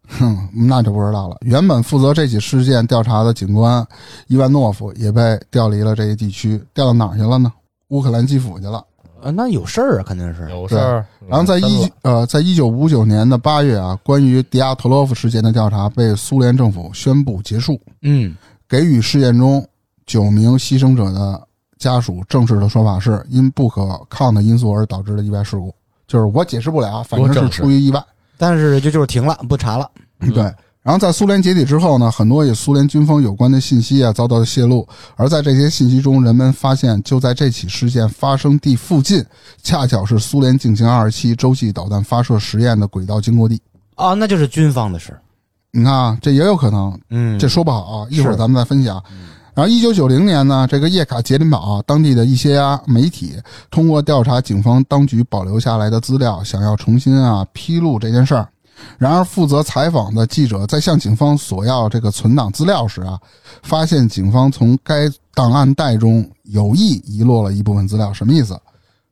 S3: 哼，那就不知道了。原本负责这起事件调查的警官伊万诺夫也被调离了这一地区，调到哪儿去了呢？乌克兰基辅去了。
S1: 啊，那有事儿啊，肯定是
S2: 有事儿。
S3: 然后在一
S2: 嗯
S3: 呃，在一九五九年的八月啊，关于迪亚特洛夫事件的调查被苏联政府宣布结束，
S4: 嗯，
S3: 给予事件中九名牺牲者的家属正式的说法是因不可抗的因素而导致的意外事故，就是我解释不了，啊反正
S2: 多
S3: 是
S2: 正式
S3: 出于意外。
S1: 但是这就是停了，不查了，
S3: 对，然后在苏联解体之后呢，很多与苏联军方有关的信息啊遭到了泄露，而在这些信息中，人们发现就在这起事件发生地附近，恰巧是苏联进行二十七洲际导弹发射实验的轨道经过地。
S1: 啊，那就是军方的事儿，
S3: 你看啊，这也有可能，
S1: 嗯
S3: 这说不好啊，一会儿
S1: 是嗯
S3: 咱们再分享。然后，一九九零年呢，这个叶卡捷琳堡、啊、当地的一些、啊、媒体通过调查警方当局保留下来的资料，想要重新啊披露这件事儿。然而，负责采访的记者在向警方索要这个存档资料时啊，发现警方从该档案袋中有意遗落了一部分资料。什么意思？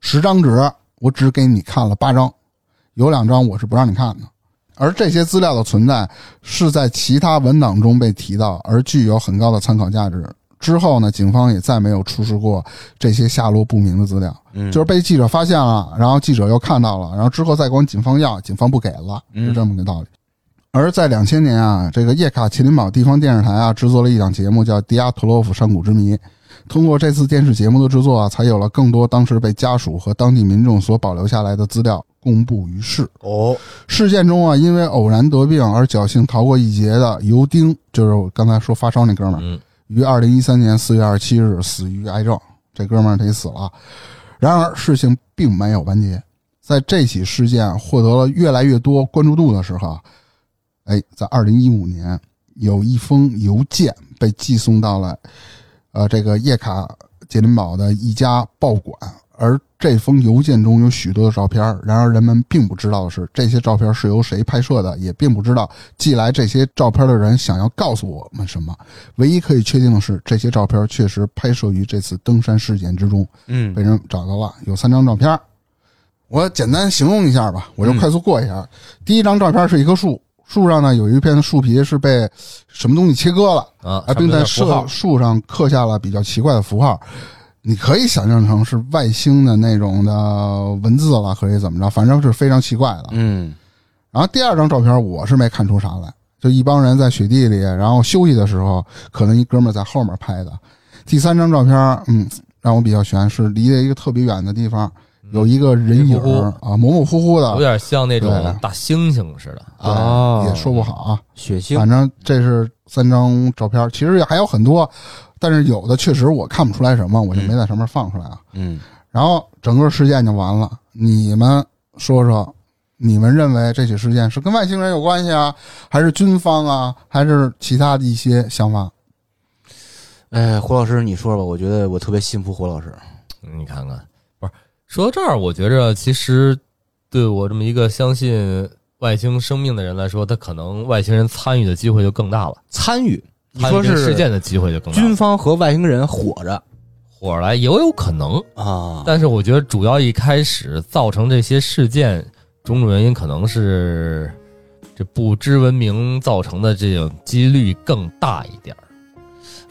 S3: 十张纸，我只给你看了八张，有两张我是不让你看的。而这些资料的存在是在其他文档中被提到，而具有很高的参考价值。之后呢，警方也再没有出示过这些下落不明的资料，
S4: 嗯
S3: 就是被记者发现了，然后记者又看到了，然后之后再管警方要，警方不给了，是这么个道理。而在两千年啊，这个叶卡捷琳堡地方电视台啊制作了一档节目，叫《迪亚托洛夫山谷之谜》。通过这次电视节目的制作啊，才有了更多当时被家属和当地民众所保留下来的资料公布于世。
S1: 哦，
S3: 事件中啊，因为偶然得病而侥幸逃过一劫的尤丁，就是我刚才说发烧那哥们儿，
S2: 嗯
S3: 于二零一三年四月二十七日死于癌症。这哥们儿他也死了。然而事情并没有完结，在这起事件获得了越来越多关注度的时候啊，哎，在二零一五年，有一封邮件被寄送到了呃这个叶卡捷琳堡的一家报馆，而这封邮件中有许多的照片。然而人们并不知道的是，这些照片是由谁拍摄的，也并不知道寄来这些照片的人想要告诉我们什么。唯一可以确定的是，这些照片确实拍摄于这次登山事件之中，
S4: 嗯
S3: 被人找到了，有三张照片。我简单形容一下吧，我就快速过一下。
S2: 嗯
S3: 第一张照片是一棵树，树上呢有一片树皮是被什么东西切割了，
S2: 啊，
S3: 啊，
S2: 上面
S3: 并在
S2: 有符
S3: 树
S2: 号
S3: 树上刻下了比较奇怪的符号。你可以想象成是外星的那种的文字了，可以怎么着，反正是非常奇怪的。
S4: 嗯
S3: 然后第二张照片我是没看出啥来，就一帮人在雪地里，然后休息的时候，可能一哥们儿在后面拍的。第三张照片，嗯，让我比较悬，是离了一个特别远的地方，有一个人影
S2: 迷糊
S3: 儿啊，模模糊糊的，
S2: 有点像那种
S3: 对
S2: 大猩猩似的，
S3: 对
S1: 哦
S3: 也说不好啊。
S1: 血腥
S3: 反正这是三张照片，其实还有很多，但是有的确实我看不出来什么，我就没在上面放出来啊。
S4: 嗯
S3: 然后整个事件就完了，你们说说，你们认为这起事件是跟外星人有关系啊，还是军方啊，还是其他的一些想法？
S1: 哎，胡老师，你说吧，我觉得我特别信服胡老师。
S2: 你看看，不是说到这儿，我觉着其实对我这么一个相信外星生命的人来说，他可能外星人参与的机会就更大了，
S1: 参与，你
S2: 参与
S1: 说
S2: 这个
S1: 是
S2: 事件的机会就更大
S1: 军
S2: 了。
S1: 方和外星人火着
S2: 火来也有可能，
S1: 啊，
S2: 但是我觉得主要一开始造成这些事件种种原因，可能是这不知文明造成的这种几率更大一点儿。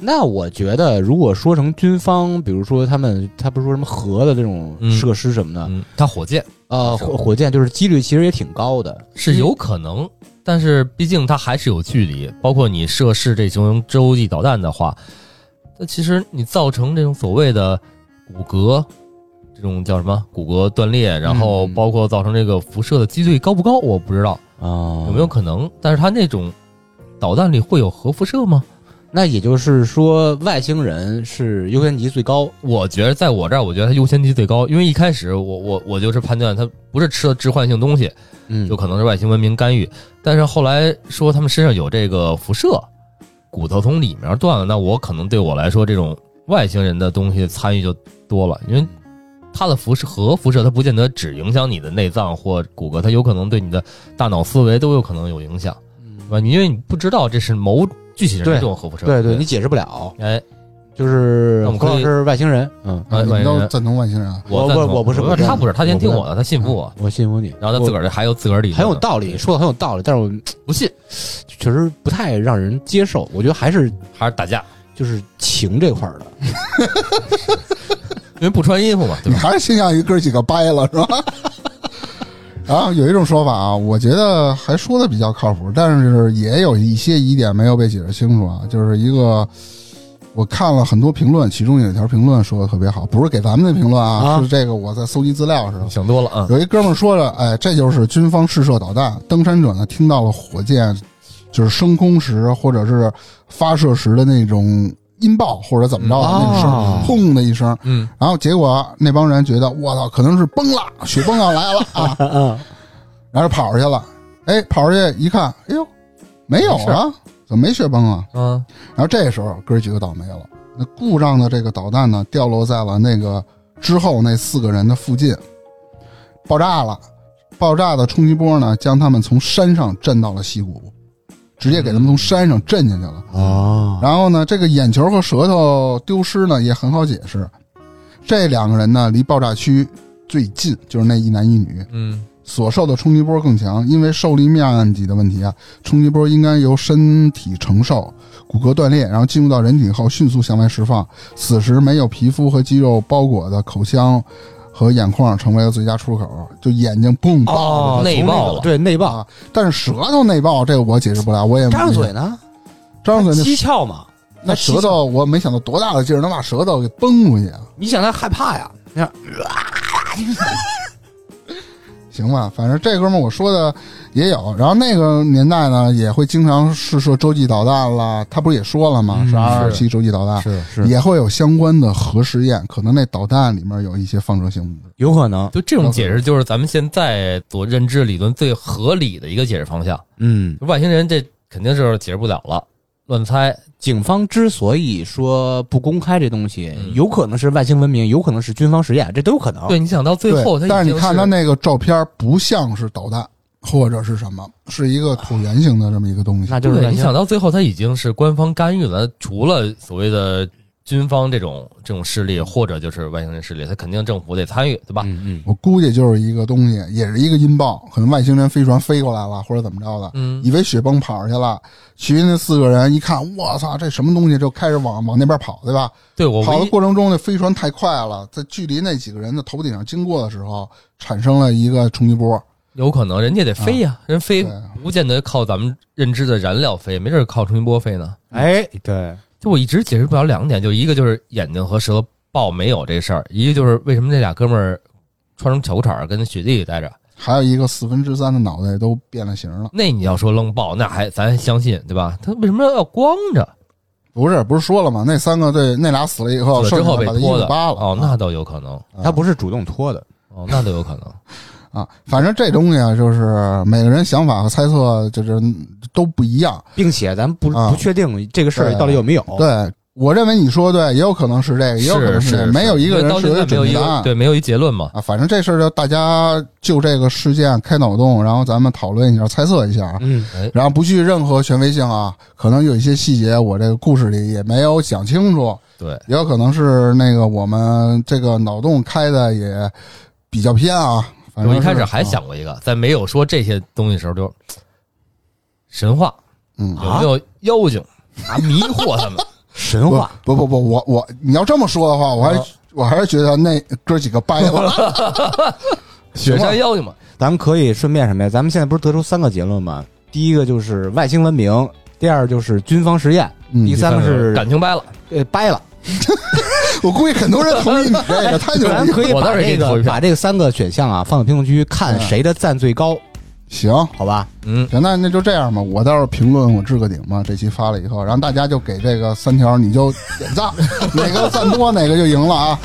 S1: 那我觉得，如果说成军方，比如说他们，他不是说什么核的这种
S2: 嗯
S1: 设施什么的，
S2: 嗯，它火箭
S1: 呃，火火箭就是几率其实也挺高的。
S2: 是有可能，但是毕竟它还是有距离。包括你涉事这种洲际导弹的话，那其实你造成这种所谓的骨骼这种叫什么骨骼断裂，然后
S1: 嗯
S2: 包括造成这个辐射的几率高不高，我不知道
S1: 啊，
S2: 有没有？可能。但是它那种导弹里会有核辐射吗？
S1: 那也就是说，外星人是优先级最高。
S2: 我觉得在我这儿，我觉得它优先级最高，因为一开始我我我就是判断它不是吃了致幻性东西，
S1: 嗯
S2: 有可能是外星文明干预。但是后来说他们身上有这个辐射，骨头从里面断了，那我可能对我来说，这种外星人的东西参与就多了，因为它的辐射核辐射，它不见得只影响你的内脏或骨骼，它有可能对你的大脑思维都有可能有影响，
S1: 嗯
S2: 对吧？你因为你不知道这是某具体人
S1: 对
S2: 的这种核辐射，
S1: 对对，你解释不了，
S2: 哎，
S1: 就是
S2: 那我们
S1: 胡
S2: 可以
S1: 老师是外星人，嗯，
S2: 哎
S3: 你
S2: 外
S3: 们
S2: 星
S3: 都
S2: 人
S3: 赞同外星人啊？
S1: 我
S2: 赞
S1: 我
S2: 同
S1: 我不是
S2: 哎不
S1: 我
S2: 是
S1: 不是
S2: 他不是他先
S1: 我不
S2: 听
S1: 是
S2: 我的，他信服我，
S1: 我信服你。
S2: 然后他自个
S1: 儿
S2: 儿还有自个儿理论，
S1: 很有道理，说的很有道理，但是我
S2: 不信
S1: 确实不太让人接受。我觉得还是
S2: 还是打架，
S1: 就是情这块儿的，
S2: 因为不穿衣服嘛，对
S3: 你
S2: 吧？
S3: 还是倾向于哥几个掰了是 吧？然后有一种说法啊，我觉得还说的比较靠谱，但是也有一些疑点没有被解释清楚啊。就是一个，我看了很多评论，其中有一条评论说的特别好，不是给咱们的评论啊，
S1: 啊
S3: 是这个我在搜集资料的时候，
S2: 想多了啊，
S1: 嗯
S3: 有一哥们儿说了，哎，这就是军方试射导弹，登山者呢听到了火箭就是升空时或者是发射时的那种音爆或者怎么着的啊那种声儿
S1: 哦，
S3: 砰的一声，
S2: 嗯，
S3: 然后结果那帮人觉得我操，可能是崩了，雪崩要来了啊，然后就跑出去了，哎，跑出去一看，哎呦，没有啊，怎么没雪崩啊？
S2: 嗯，
S3: 然后这时候哥儿几个倒霉了，那故障的这个导弹呢掉落在了那个之后那四个人的附近，爆炸了。爆炸的冲击波呢，将他们从山上震到了溪谷，直接给他们从山上震下去了。
S1: 啊，
S3: 然后呢，这个眼球和舌头丢失呢也很好解释。这两个人呢离爆炸区最近，就是那一男一女，
S2: 嗯，
S3: 所受的冲击波更强，因为受力面积的问题啊，冲击波应该由身体承受，骨骼断裂，然后进入到人体后迅速向外释放。此时没有皮肤和肌肉包裹的口腔和眼眶成为了最佳出口，就眼睛嘣爆
S1: 哦，
S3: 了，
S2: 内爆了
S1: 对内
S3: 爆
S1: 爆，
S3: 啊！但是舌头内爆这个我解释不了，我也没
S1: 张着嘴，呢，
S3: 张着嘴
S1: 七窍嘛。
S3: 那那舌头我没想到多大的劲儿能把舌头给崩回去啊！
S1: 你想他害怕呀？你看，
S3: 行吧，反正这哥们儿我说的也有。然后那个年代呢，也会经常试射洲际导弹啦。他不是也说了吗？
S2: 嗯
S3: 是二
S2: 是
S3: 七洲际导弹，
S1: 是
S3: 也会有相关的核试验，可能那导弹里面有一些放射性物质。
S1: 有可能，
S2: 就这种解释，就是咱们现在所认知理论最合理的一个解释方向。
S1: 嗯，
S2: 外星人这肯定是解释不了了，乱猜。
S1: 警方之所以说不公开这东西，
S2: 嗯
S1: 有可能是外星文明，有可能是军方实验，这都有可能。
S2: 对，你想到最后，他
S3: 哦对，
S2: 已
S3: 但
S2: 经
S3: 是你
S2: 是
S3: 看他那个照片，不像是导弹或者是什么，是一个椭圆形的这么一个东西
S1: 那。就是
S2: 对，
S1: 外
S2: 你
S1: 星
S2: 想到最后，他已经是官方干预了。除了所谓的军方这种这种势力，或者就是外星人势力，他肯定政府得参与，对吧？
S1: 嗯嗯，
S3: 我估计就是一个东西，也是一个音爆，可能外星人飞船飞过来了，或者怎么着的。
S2: 嗯，
S3: 以为雪崩跑上去了，其余那四个人一看，我操，这什么东西，就开始往往那边跑，对吧？
S2: 对我
S3: 跑
S2: 唯
S3: 的
S2: 一
S3: 过程中，那飞船太快了，在距离那几个人的头顶上经过的时候，产生了一个冲击波。
S2: 有可能人家得飞呀、人飞
S3: 啊对
S2: 不见得靠咱们认知的燃料飞，没准儿靠冲击波飞呢。
S1: 哎，对，
S2: 就我一直解释不了两点，就一个就是眼睛和舌头爆没有这事儿，一个就是为什么这俩哥们儿穿成小裤衩儿跟雪地里待着。
S3: 还有一个四分之三的脑袋都变了形了。
S2: 那你要说愣爆，那还咱还相信对吧？他为什么要光着？
S3: 不是，不是说了吗？那三个对，那俩死了以后，
S2: 死了之后
S3: 剩
S2: 被
S3: 下的把他
S2: 脱
S3: 衣
S2: 的
S3: 服扒了。
S2: 哦，那倒有可能，
S1: 他不是主动脱的，
S2: 哦，那倒有可能。
S3: 啊，反正这东西啊，就是每个人想法和猜测就是都不一样。
S1: 并且咱不
S3: 啊
S1: 不确定这个事儿
S3: 对
S1: 到底有没有。
S3: 对，我认为你说对，也有可能是这 个，也有可能
S2: 哦是
S3: 这个，没有一个人是
S2: 因为到现在没
S3: 准
S2: 有
S3: 确
S2: 一
S3: 答
S2: 个
S3: 案
S2: 对，没有一结论嘛。
S3: 啊。反正这事儿就大家就这个事件开脑洞，然后咱们讨论一下，猜测一下啊。
S1: 嗯，
S3: 然后不具任何权威性啊，可能有一些细节我这个故事里也没有讲清楚，
S2: 对，
S3: 也有可能是那个我们这个脑洞开的也比较偏啊。反正
S2: 我一
S3: 是啊
S2: 开始还，想过一个，在没有说这些东西的时候，就神话
S3: 嗯，
S2: 有没有妖精啊迷惑他 们？
S1: 神
S3: 不
S1: 话
S3: 不不不，我我你要这么说的话，我还、
S2: 啊
S3: 我还是觉得那哥几个掰 了，
S2: 雪山妖精嘛，
S1: 咱们可以顺便什么呀？咱们现在不是得出三个结论吗？第一个就是外星文明，第二就是军方实验，
S3: 嗯
S1: 第三个是
S2: 感情掰了，
S1: 呃掰了。
S3: 我估计很多人同意你这个，太 牛
S1: 咱
S3: 逼了。
S1: 可以
S2: 我倒
S1: 把
S2: 是给
S1: 这
S2: 你投
S1: 个
S2: 一票
S1: 把这个三个选项啊放到评论区，看谁的赞最高，
S3: 行
S1: 好吧？
S2: 嗯，
S3: 行，那那就这样吧，我到时候评论我置个顶嘛，这期发了以后，然后大家就给这个三条，你就点赞， 哪个赞多哪个就赢了啊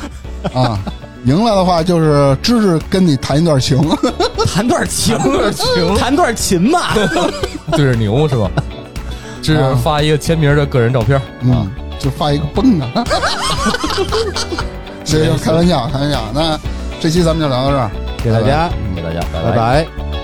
S3: 啊！赢了的话就是芝芝跟你谈一段情，
S1: 弹段 琴，
S2: 情
S1: 弹段琴嘛。
S2: 对着牛是吧？这是发一个签名的个人照片，
S1: 啊
S3: 嗯，就发一个蹦 啊。 这就开玩笑，开玩笑。那这期咱们就聊到这儿，
S1: 谢谢大家，
S2: 嗯给大家，拜
S1: 拜拜